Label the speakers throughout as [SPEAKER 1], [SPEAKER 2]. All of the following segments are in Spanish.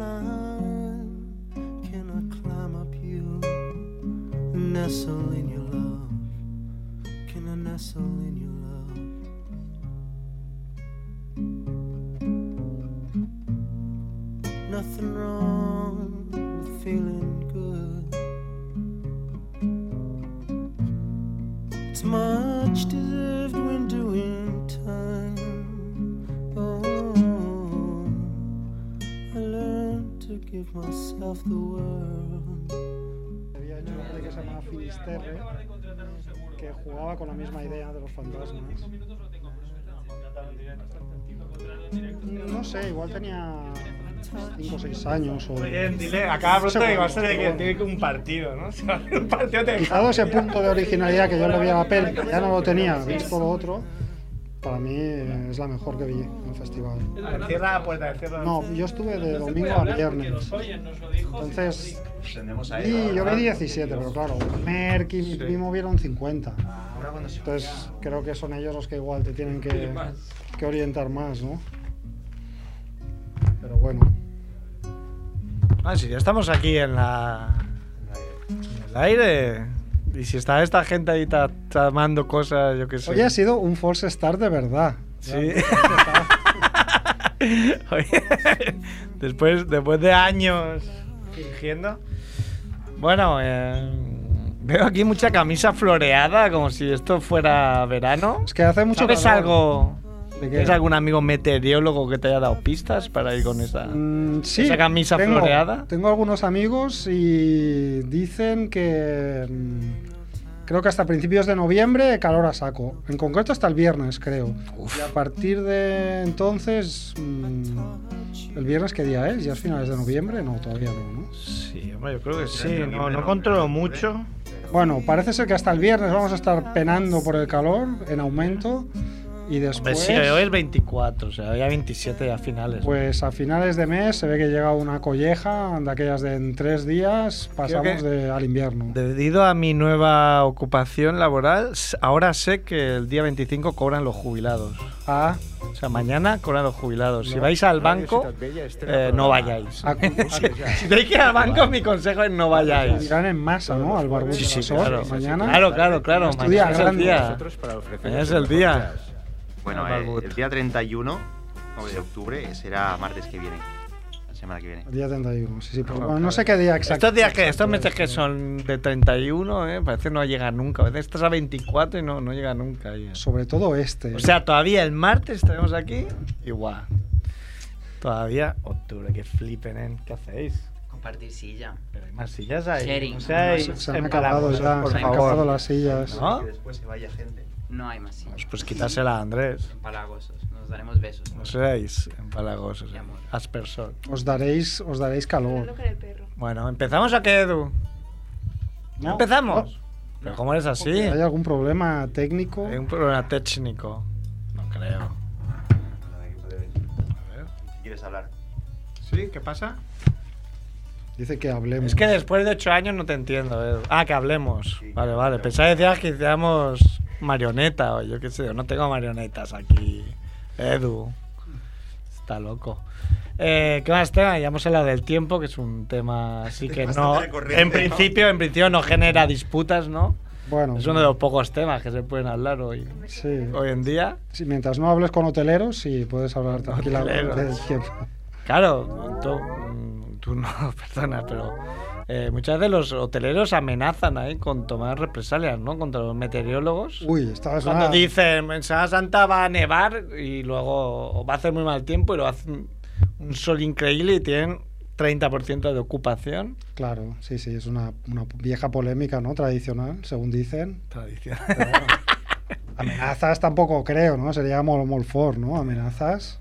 [SPEAKER 1] climb? Can I climb up you? Nestle in your love. Can I nestle in your love? Nothing wrong with feeling good. It's much deserved when doing time. Oh, I learned to give myself the world.
[SPEAKER 2] Había hecho un hombre que se llamaba Finisterre, que jugaba con la misma idea de los fantasmas. No sé, igual tenía 5 o 6 años. O...
[SPEAKER 3] Oye, dile a cada
[SPEAKER 2] No sé
[SPEAKER 3] pronto que va a
[SPEAKER 2] cuándo,
[SPEAKER 3] ser de que
[SPEAKER 2] pero
[SPEAKER 3] tiene que un partido, ¿no? Se va a hacer un partido de
[SPEAKER 2] Dado ese punto de originalidad que yo le vi a la peli, que ya no lo tenía, visto lo otro, para mí eh, es la mejor que vi en el festival.
[SPEAKER 3] A ver, Cierra la puerta, cierra la
[SPEAKER 2] No, yo estuve de domingo a viernes. Entonces,
[SPEAKER 4] Tenemos a
[SPEAKER 2] y
[SPEAKER 4] Eva,
[SPEAKER 2] yo vi
[SPEAKER 4] ¿verdad?
[SPEAKER 2] 17, pero claro, Merck y Mimo vieron 50.
[SPEAKER 4] Ahora cuando se
[SPEAKER 2] Entonces, creo que son ellos los que igual te tienen que, que orientar más, ¿no? Pero bueno,
[SPEAKER 3] Ah, sí, ya estamos aquí en la. En el aire. Y si está esta gente ahí ta- tramando cosas, yo qué sé.
[SPEAKER 2] hoy ha sido un false start de verdad.
[SPEAKER 3] Sí. Oye, después, después de años fingiendo. Bueno, eh, veo aquí mucha camisa floreada, como si esto fuera verano.
[SPEAKER 2] Es que hace mucho
[SPEAKER 3] ¿Sabes
[SPEAKER 2] calor.
[SPEAKER 3] algo?
[SPEAKER 2] ¿De qué?
[SPEAKER 3] ¿Tienes algún amigo meteorólogo que te haya dado pistas para ir con esa?
[SPEAKER 2] Mm, sí,
[SPEAKER 3] esa camisa
[SPEAKER 2] tengo,
[SPEAKER 3] floreada?
[SPEAKER 2] Tengo algunos amigos y dicen que mm, creo que hasta principios de noviembre calor a saco. En concreto hasta el viernes, creo. Y a partir de entonces, mm, el viernes qué día es? Ya es finales de noviembre, no, todavía no, ¿no?
[SPEAKER 3] Sí, hombre, yo creo que
[SPEAKER 4] de
[SPEAKER 3] sí. No,
[SPEAKER 4] noviembre,
[SPEAKER 3] no
[SPEAKER 4] no,
[SPEAKER 3] controlo
[SPEAKER 4] pero-
[SPEAKER 3] mucho.
[SPEAKER 2] Bueno, parece ser que hasta el viernes vamos a estar penando por el calor en aumento y
[SPEAKER 3] Hombre,
[SPEAKER 2] después
[SPEAKER 3] sí, hoy es 24, o sea, hoy hay 27 ya finales.
[SPEAKER 2] Pues a finales de mes se ve que llega una colleja de aquellas de en tres días pasamos
[SPEAKER 3] que-
[SPEAKER 2] de- al invierno.
[SPEAKER 3] Debido a mi nueva ocupación laboral, s- ahora sé que el día 25 cobran los jubilados.
[SPEAKER 2] A,
[SPEAKER 3] O sea, mañana cobran los jubilados. Si
[SPEAKER 2] No,
[SPEAKER 3] vais al
[SPEAKER 5] Radio
[SPEAKER 3] banco,
[SPEAKER 5] Ciudad Bella estrena
[SPEAKER 3] eh, no
[SPEAKER 5] programa.
[SPEAKER 3] vayáis.
[SPEAKER 2] a- a-
[SPEAKER 3] Si tenéis que ir al banco, mi consejo es no vayáis.
[SPEAKER 2] irán en masa, ¿no? Al barbudo
[SPEAKER 3] Sí, sí,
[SPEAKER 2] de la Sor,
[SPEAKER 3] claro.
[SPEAKER 2] mañana.
[SPEAKER 3] Claro, claro, claro.
[SPEAKER 2] Es tu día
[SPEAKER 3] Mañana es el
[SPEAKER 2] grande.
[SPEAKER 3] día.
[SPEAKER 5] Nosotros para ofrecer este
[SPEAKER 3] Mañana es el día.
[SPEAKER 4] Bueno,
[SPEAKER 3] Ah,
[SPEAKER 4] eh,
[SPEAKER 3] Barbut.
[SPEAKER 4] el día 31 de octubre será martes que viene. La semana que viene.
[SPEAKER 2] El día 31, sí, sí, pero
[SPEAKER 3] No,
[SPEAKER 2] bueno, no
[SPEAKER 3] claro.
[SPEAKER 2] sé qué día exacto.
[SPEAKER 3] Estos días que, estos meses que son de 31, eh, parece que no llega nunca. A veces estás a 24 y no, no llega nunca. ya.
[SPEAKER 2] Sobre todo este.
[SPEAKER 3] O sea, todavía el martes estaremos aquí. Igual. Todavía octubre, que flipen, ¿eh? ¿Qué hacéis?
[SPEAKER 6] Compartir silla.
[SPEAKER 3] Pero hay más sillas ahí.
[SPEAKER 6] Sharing.
[SPEAKER 3] O sea, hay-
[SPEAKER 2] se, se han acabado
[SPEAKER 3] empalagosas,
[SPEAKER 2] ya,
[SPEAKER 3] por
[SPEAKER 2] se han
[SPEAKER 3] favor.
[SPEAKER 2] acabado las sillas.
[SPEAKER 3] ¿No?
[SPEAKER 4] Que después se vaya gente.
[SPEAKER 6] No hay más silla.
[SPEAKER 3] Pues, pues quítasela a Andrés.
[SPEAKER 6] Palagosos. Nos daremos besos.
[SPEAKER 3] No seáis empalagosos. eh,
[SPEAKER 6] Mi amor.
[SPEAKER 3] Aspersor.
[SPEAKER 2] Os daréis, os daréis calor.
[SPEAKER 7] Hablando con el perro.
[SPEAKER 3] Bueno, ¿empezamos a qué, Edu? ¿No empezamos? ¿Pero cómo eres así?
[SPEAKER 2] Oh, ¿Hay algún problema técnico?
[SPEAKER 3] Hay un problema técnico. No creo. A ver.
[SPEAKER 4] Si quieres hablar.
[SPEAKER 3] ¿Sí? ¿Qué pasa?
[SPEAKER 2] Dice que hablemos.
[SPEAKER 3] Es que después de ocho años no te entiendo, Edu. Ah, que hablemos.
[SPEAKER 4] Sí,
[SPEAKER 3] vale,
[SPEAKER 4] que
[SPEAKER 3] vale.
[SPEAKER 4] hablemos.
[SPEAKER 3] Pensaba que decías que hiciéramos marioneta o yo qué sé. Yo no tengo marionetas aquí. Edu. Está loco. Eh, ¿Qué más tema? Ya hemos hablado del tiempo, que es un tema así que no...
[SPEAKER 4] Bastante recurrente,
[SPEAKER 3] En
[SPEAKER 4] ¿no?
[SPEAKER 3] principio, en principio no genera disputas, ¿no?
[SPEAKER 2] Bueno,
[SPEAKER 3] Es uno de los pocos temas que se pueden hablar hoy,
[SPEAKER 2] sí.
[SPEAKER 3] hoy en día.
[SPEAKER 2] Sí, mientras no hables con hoteleros, sí, puedes hablar tranquilamente del
[SPEAKER 3] Hoteleros.
[SPEAKER 2] tiempo.
[SPEAKER 3] Claro, tú, mm, tú no, perdona, pero eh, muchas veces los hoteleros amenazan ahí con tomar represalias, ¿no? Contra los meteorólogos.
[SPEAKER 2] Uy, pues estabas
[SPEAKER 3] Cuando dicen, en Semana Santa va a nevar y luego va a hacer muy mal tiempo y lo hacen un sol increíble y tienen 30% de ocupación.
[SPEAKER 2] Claro, sí, sí, es una, una vieja polémica, ¿no? Tradicional, según dicen.
[SPEAKER 3] Tradición.
[SPEAKER 2] Amenazas tampoco creo, ¿no? Sería mol, molfor, ¿no? Amenazas.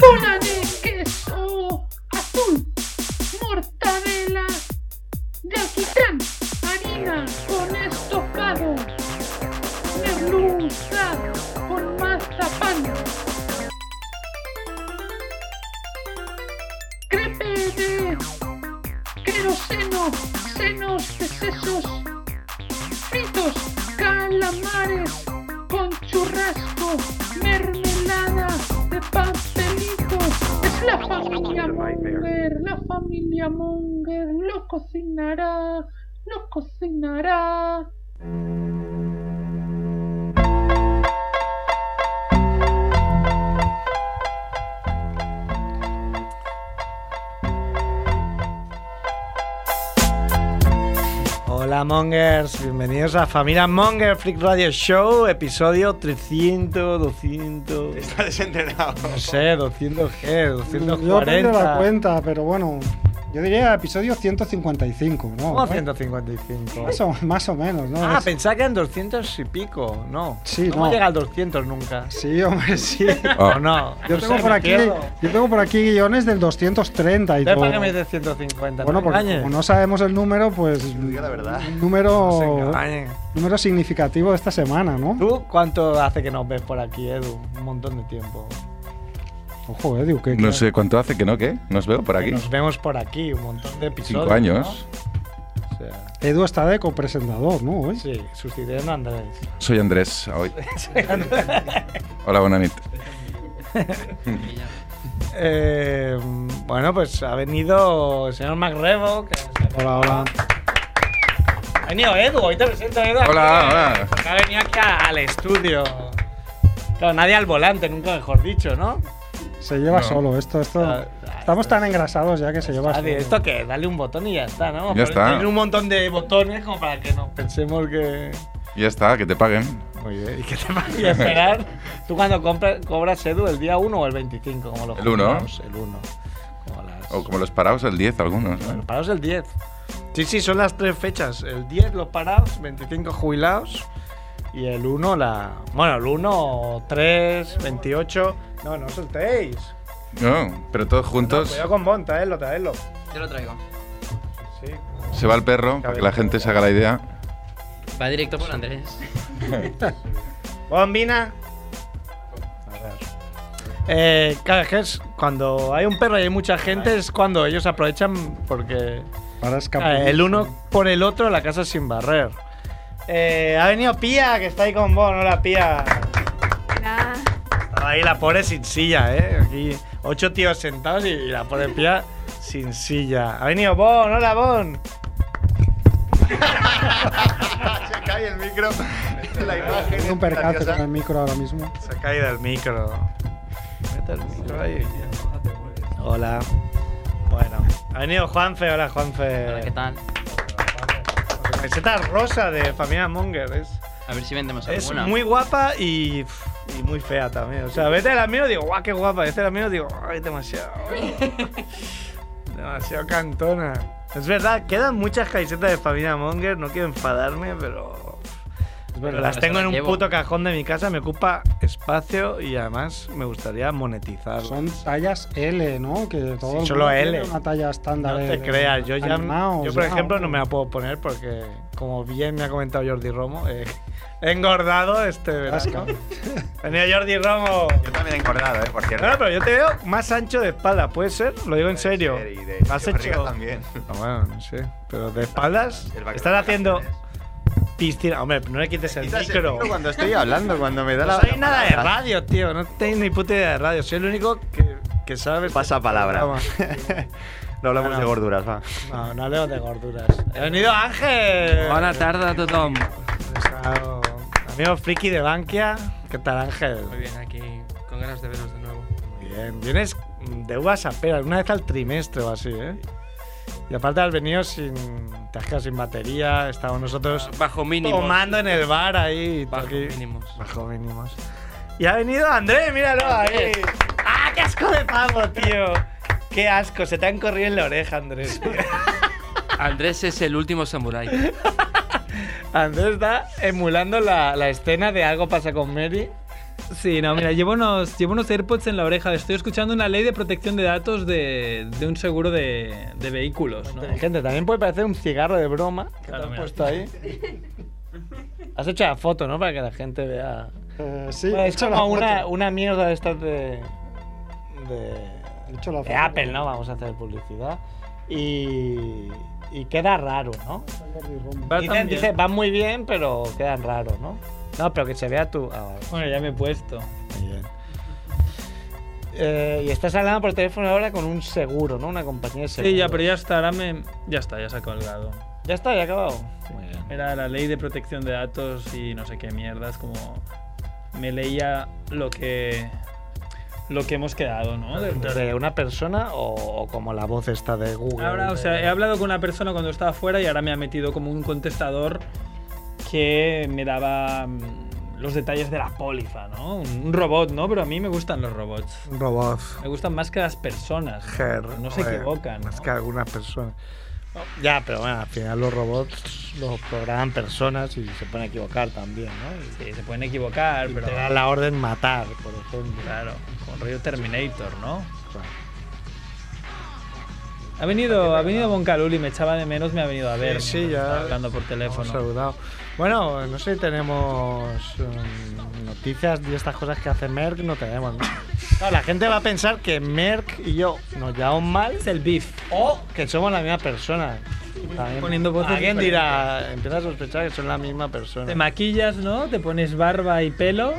[SPEAKER 8] Bola de queso azul, mortadela de alquitrán, harina con estocado, merluza con mazapán, crepe de queroseno, senos de sesos, fritos, calamares con churrasco, mermelada de pastelito. Es la familia Munger, la familia Munger lo cocinará, lo cocinará.
[SPEAKER 3] Hola Mongers, bienvenidos a Familia Monger Freak Radio Show, episodio 300, 200,
[SPEAKER 4] Está desentrenado.
[SPEAKER 3] no sé, 200 G,
[SPEAKER 2] Yo he perdido
[SPEAKER 3] 240.
[SPEAKER 2] la cuenta, pero bueno, yo diría episodio 155, ¿no?
[SPEAKER 3] ¿Cómo 155?
[SPEAKER 2] Más o, más o menos, ¿no?
[SPEAKER 3] Ah,
[SPEAKER 2] Es-
[SPEAKER 3] pensaba que eran 200 y pico, no.
[SPEAKER 2] Sí,
[SPEAKER 3] no.
[SPEAKER 2] no.
[SPEAKER 3] llega al 200 nunca.
[SPEAKER 2] Sí, hombre, sí.
[SPEAKER 5] Ah.
[SPEAKER 3] ¿O no?
[SPEAKER 2] Yo
[SPEAKER 3] No
[SPEAKER 2] tengo,
[SPEAKER 3] sé,
[SPEAKER 2] por
[SPEAKER 3] me
[SPEAKER 2] aquí,
[SPEAKER 3] pierdo.
[SPEAKER 2] yo tengo por aquí guiones del 230 y
[SPEAKER 3] Entonces,
[SPEAKER 2] todo.
[SPEAKER 3] ¿Para qué me dices 150? no
[SPEAKER 2] Bueno,
[SPEAKER 3] me
[SPEAKER 2] porque
[SPEAKER 3] engañes.
[SPEAKER 2] como no sabemos el número, pues.
[SPEAKER 4] diga la verdad.
[SPEAKER 2] Un
[SPEAKER 3] No se
[SPEAKER 2] número,
[SPEAKER 3] engañen.
[SPEAKER 2] número significativo de esta semana, ¿no?
[SPEAKER 3] ¿Tú cuánto hace que nos ves por aquí, Edu? Un montón de tiempo.
[SPEAKER 2] Ojo, eh, digo que.
[SPEAKER 5] No sé cuánto hace que no, ¿qué? ¿Nos veo por
[SPEAKER 3] Que
[SPEAKER 5] aquí?
[SPEAKER 3] Nos vemos por aquí, un montón de episodios.
[SPEAKER 5] Cinco años.
[SPEAKER 3] ¿no? O sea,
[SPEAKER 2] Edu está de copresentador, ¿no? Hoy?
[SPEAKER 3] sí, sustituyendo a Andrés.
[SPEAKER 5] Soy Andrés, hoy. Hola, buena nit.
[SPEAKER 3] Eh, bueno, pues ha venido el señor Macrevo. que se-
[SPEAKER 2] Hola, hola.
[SPEAKER 3] Ha venido Edu, hoy te presento a Edu. aquí,
[SPEAKER 5] Hola, hola.
[SPEAKER 3] porque Ha venido aquí a- al estudio. Claro, nadie al volante, nunca mejor dicho, ¿no?
[SPEAKER 2] Se lleva
[SPEAKER 5] No.
[SPEAKER 2] solo esto, esto.
[SPEAKER 3] Ah, ah,
[SPEAKER 2] Estamos tan engrasados ya que se lleva
[SPEAKER 3] Nadie.
[SPEAKER 2] solo.
[SPEAKER 3] ¿Esto qué? Dale un botón y ya está, ¿no?
[SPEAKER 5] Ya
[SPEAKER 3] Pero
[SPEAKER 5] está.
[SPEAKER 3] Tiene un montón de botones como para que no pensemos que.
[SPEAKER 5] Ya está, que te paguen.
[SPEAKER 3] Muy bien, ¿y qué te va a esperar? ¿Tú cuando compra- cobras Edu el día 1 o el 25? Como lo
[SPEAKER 5] El uno.
[SPEAKER 3] compramos? El 1. Como las...
[SPEAKER 5] O como los parados el 10 algunos. ¿no?
[SPEAKER 3] Bueno, parados el 10. Sí, sí, son las tres fechas. El 10 los parados, 25 jubilados y el 1 la... Bueno, el 1, 3, 28... No, no soltéis.
[SPEAKER 5] No, pero todos juntos
[SPEAKER 3] Cuidado con Bon, traedlo, traedlo.
[SPEAKER 6] Yo lo traigo.
[SPEAKER 3] Sí.
[SPEAKER 5] se va el perro para que la gente se haga la idea.
[SPEAKER 6] Va directo por Andrés.
[SPEAKER 3] Bombina. Eh, claro, es que es cuando hay un perro y hay mucha gente es cuando ellos aprovechan porque
[SPEAKER 2] Para escapar.
[SPEAKER 3] eh, el uno por el otro la casa sin barrer. Eh, ha venido Pía, que está ahí con vos, hola Pía.
[SPEAKER 7] Hola.
[SPEAKER 3] Estaba ahí la pobre sin silla, ¿eh? Aquí ocho tíos sentados y, y la pobre Pía sin silla. Ha venido Bon, hola Bon.
[SPEAKER 4] Se cae el micro. La imagen.
[SPEAKER 2] Tengo un percate con el micro ahora mismo.
[SPEAKER 3] Se ha caído el micro. Vete el micro ahí. Hola. Bueno, ha venido Juanfe, hola Juanfe.
[SPEAKER 6] Hola, ¿qué tal?
[SPEAKER 3] Camiseta rosa de familia Monger. Es,
[SPEAKER 6] A ver si vendemos
[SPEAKER 3] es
[SPEAKER 6] alguna.
[SPEAKER 3] muy guapa y, pff, y muy fea también. O sea, vete al amigo y digo, guau, qué guapa. Vete al amigo y digo, ay, demasiado. demasiado cantona. Es verdad, quedan muchas camisetas de familia Monger. No quiero enfadarme, pero. pero las
[SPEAKER 6] se
[SPEAKER 3] tengo
[SPEAKER 6] las
[SPEAKER 3] en un
[SPEAKER 6] llevo.
[SPEAKER 3] puto cajón de mi casa, me ocupa espacio y además me gustaría monetizarlas.
[SPEAKER 2] Son tallas L, ¿no? Que todo el
[SPEAKER 3] solo
[SPEAKER 2] mundo tiene
[SPEAKER 3] L.
[SPEAKER 2] Una talla estándar.
[SPEAKER 3] No te
[SPEAKER 2] de- de-
[SPEAKER 3] creas, yo ya.
[SPEAKER 2] animaos,
[SPEAKER 3] yo, por
[SPEAKER 2] ya,
[SPEAKER 3] ejemplo, no
[SPEAKER 2] hombre.
[SPEAKER 3] me la puedo poner porque, como bien me ha comentado Jordi Romo, eh, he engordado este
[SPEAKER 2] Ah,
[SPEAKER 3] verano. Venía Jordi Romo.
[SPEAKER 4] Yo también he engordado, eh, por cierto.
[SPEAKER 3] No, no, pero yo te veo más ancho de espalda, ¿puede ser? Lo digo en serio.
[SPEAKER 4] Y de hecho,
[SPEAKER 3] Has
[SPEAKER 4] barriga
[SPEAKER 3] hecho.
[SPEAKER 4] también.
[SPEAKER 3] Ah, bueno, no sé. Pero de espaldas,
[SPEAKER 4] El vaquero
[SPEAKER 3] estás haciendo
[SPEAKER 4] también
[SPEAKER 3] piscina. Hombre, no le quites el
[SPEAKER 4] Quitas el
[SPEAKER 3] micro.
[SPEAKER 4] micro cuando estoy hablando, cuando me da
[SPEAKER 3] No
[SPEAKER 4] la.
[SPEAKER 3] soy
[SPEAKER 4] la
[SPEAKER 3] nada de
[SPEAKER 4] palabra.
[SPEAKER 3] radio, tío. No tengo ni puta idea de radio. Soy el único que, que sabe. este
[SPEAKER 4] Pasa palabra.
[SPEAKER 3] programa.
[SPEAKER 4] No hablamos
[SPEAKER 3] Bueno.
[SPEAKER 4] de gorduras, va.
[SPEAKER 3] No, no leo de gorduras. ¡He venido Ángel!
[SPEAKER 9] Bona tarda a tothom.
[SPEAKER 3] Pesado. Amigo friki de Bankia, ¿qué tal Ángel?
[SPEAKER 9] Muy bien, aquí con ganas de veros de nuevo.
[SPEAKER 3] Muy bien, vienes de uvas a peras, una vez al trimestre o así, ¿eh? Y aparte has venido sin. te has quedado sin batería, estamos nosotros
[SPEAKER 9] Bajo mínimos.
[SPEAKER 3] tomando en el bar ahí. y tú
[SPEAKER 9] Bajo
[SPEAKER 3] aquí-
[SPEAKER 9] mínimos.
[SPEAKER 3] Bajo mínimos. Y ha venido Andrés, míralo ahí.
[SPEAKER 9] Andrés.
[SPEAKER 3] ¡Ah, qué asco de pavo, tío! ¡Qué asco! Se te han corrido en la oreja, Andrés. tío.
[SPEAKER 9] Andrés es el último samurái.
[SPEAKER 3] Andrés está emulando la, la escena de algo pasa con Mary.
[SPEAKER 10] Sí, no, mira, llevo unos, llevo unos AirPods en la oreja. Estoy escuchando una ley de protección de datos de, de un seguro de, de vehículos, ¿no?
[SPEAKER 3] Inteligente, también puede parecer un cigarro de broma que
[SPEAKER 10] Claro,
[SPEAKER 3] te han
[SPEAKER 10] mira.
[SPEAKER 3] puesto ahí. Has hecho la foto, ¿no? Para que la gente vea.
[SPEAKER 2] Eh, sí,
[SPEAKER 3] Bueno,
[SPEAKER 2] he
[SPEAKER 3] Pues es
[SPEAKER 2] hecho
[SPEAKER 3] como
[SPEAKER 2] la
[SPEAKER 3] una,
[SPEAKER 2] foto.
[SPEAKER 3] una mierda de estas de. de.
[SPEAKER 2] He hecho la
[SPEAKER 3] de
[SPEAKER 2] foto.
[SPEAKER 3] Apple, ¿no? Vamos a hacer publicidad. Y. y queda raro, ¿no?
[SPEAKER 2] Jordi Romero.
[SPEAKER 10] Va
[SPEAKER 3] Dicen,
[SPEAKER 10] también.
[SPEAKER 3] dice, van muy bien, pero quedan raros, ¿no? No, pero que se vea tú. Ah, vale.
[SPEAKER 10] Bueno, ya me he puesto.
[SPEAKER 3] Muy bien. Eh, y estás hablando por teléfono ahora con un seguro, ¿no? Una compañía de seguro.
[SPEAKER 10] Sí, ya, pero ya está, ahora me. Em, Ya está, ya se ha colgado.
[SPEAKER 3] Ya está, ya ha acabado. Muy bien.
[SPEAKER 10] Era la ley de protección de datos y no sé qué mierdas, como. Me leía lo que. Lo que hemos quedado, ¿no? De-
[SPEAKER 3] ¿De una persona o, o como la voz esta de Google?
[SPEAKER 10] Ahora, o sea, he
[SPEAKER 3] de-
[SPEAKER 10] hablado con una persona cuando estaba fuera y ahora me ha metido como un contestador que me daba mm, los detalles de la póliza, ¿no? Un, un robot, ¿no? Pero a mí me gustan los robots.
[SPEAKER 3] Un robot.
[SPEAKER 10] Me gustan más que las personas. ¿no? No se
[SPEAKER 3] joder,
[SPEAKER 10] equivocan.
[SPEAKER 3] Más
[SPEAKER 10] ¿no?
[SPEAKER 3] que algunas personas. Ya, pero bueno, al final los robots los programan personas y se pueden equivocar también, ¿no? Y-
[SPEAKER 10] Sí, se pueden equivocar,
[SPEAKER 3] y
[SPEAKER 10] pero.
[SPEAKER 3] te da la orden matar, por ejemplo.
[SPEAKER 10] Claro, con rollo Terminator, ¿no?
[SPEAKER 3] Claro.
[SPEAKER 10] Ha venido, ha venido Boncaluli, me echaba de menos, me ha venido a ver.
[SPEAKER 3] Sí, sí, ya.
[SPEAKER 10] mientras estaba Hablando por
[SPEAKER 3] Hemos
[SPEAKER 10] teléfono.
[SPEAKER 3] saludado. Bueno, no sé si tenemos mm, noticias de estas cosas que hace Merck, no tenemos. ¿no? Claro, la gente va a pensar que Merck y yo nos llevamos mal
[SPEAKER 10] Es el beef.
[SPEAKER 3] o que somos la misma persona. También-
[SPEAKER 10] Poniendo voces
[SPEAKER 3] Alguien dirá, empieza a sospechar que son la misma persona.
[SPEAKER 10] Te maquillas, ¿no? Te pones barba y pelo.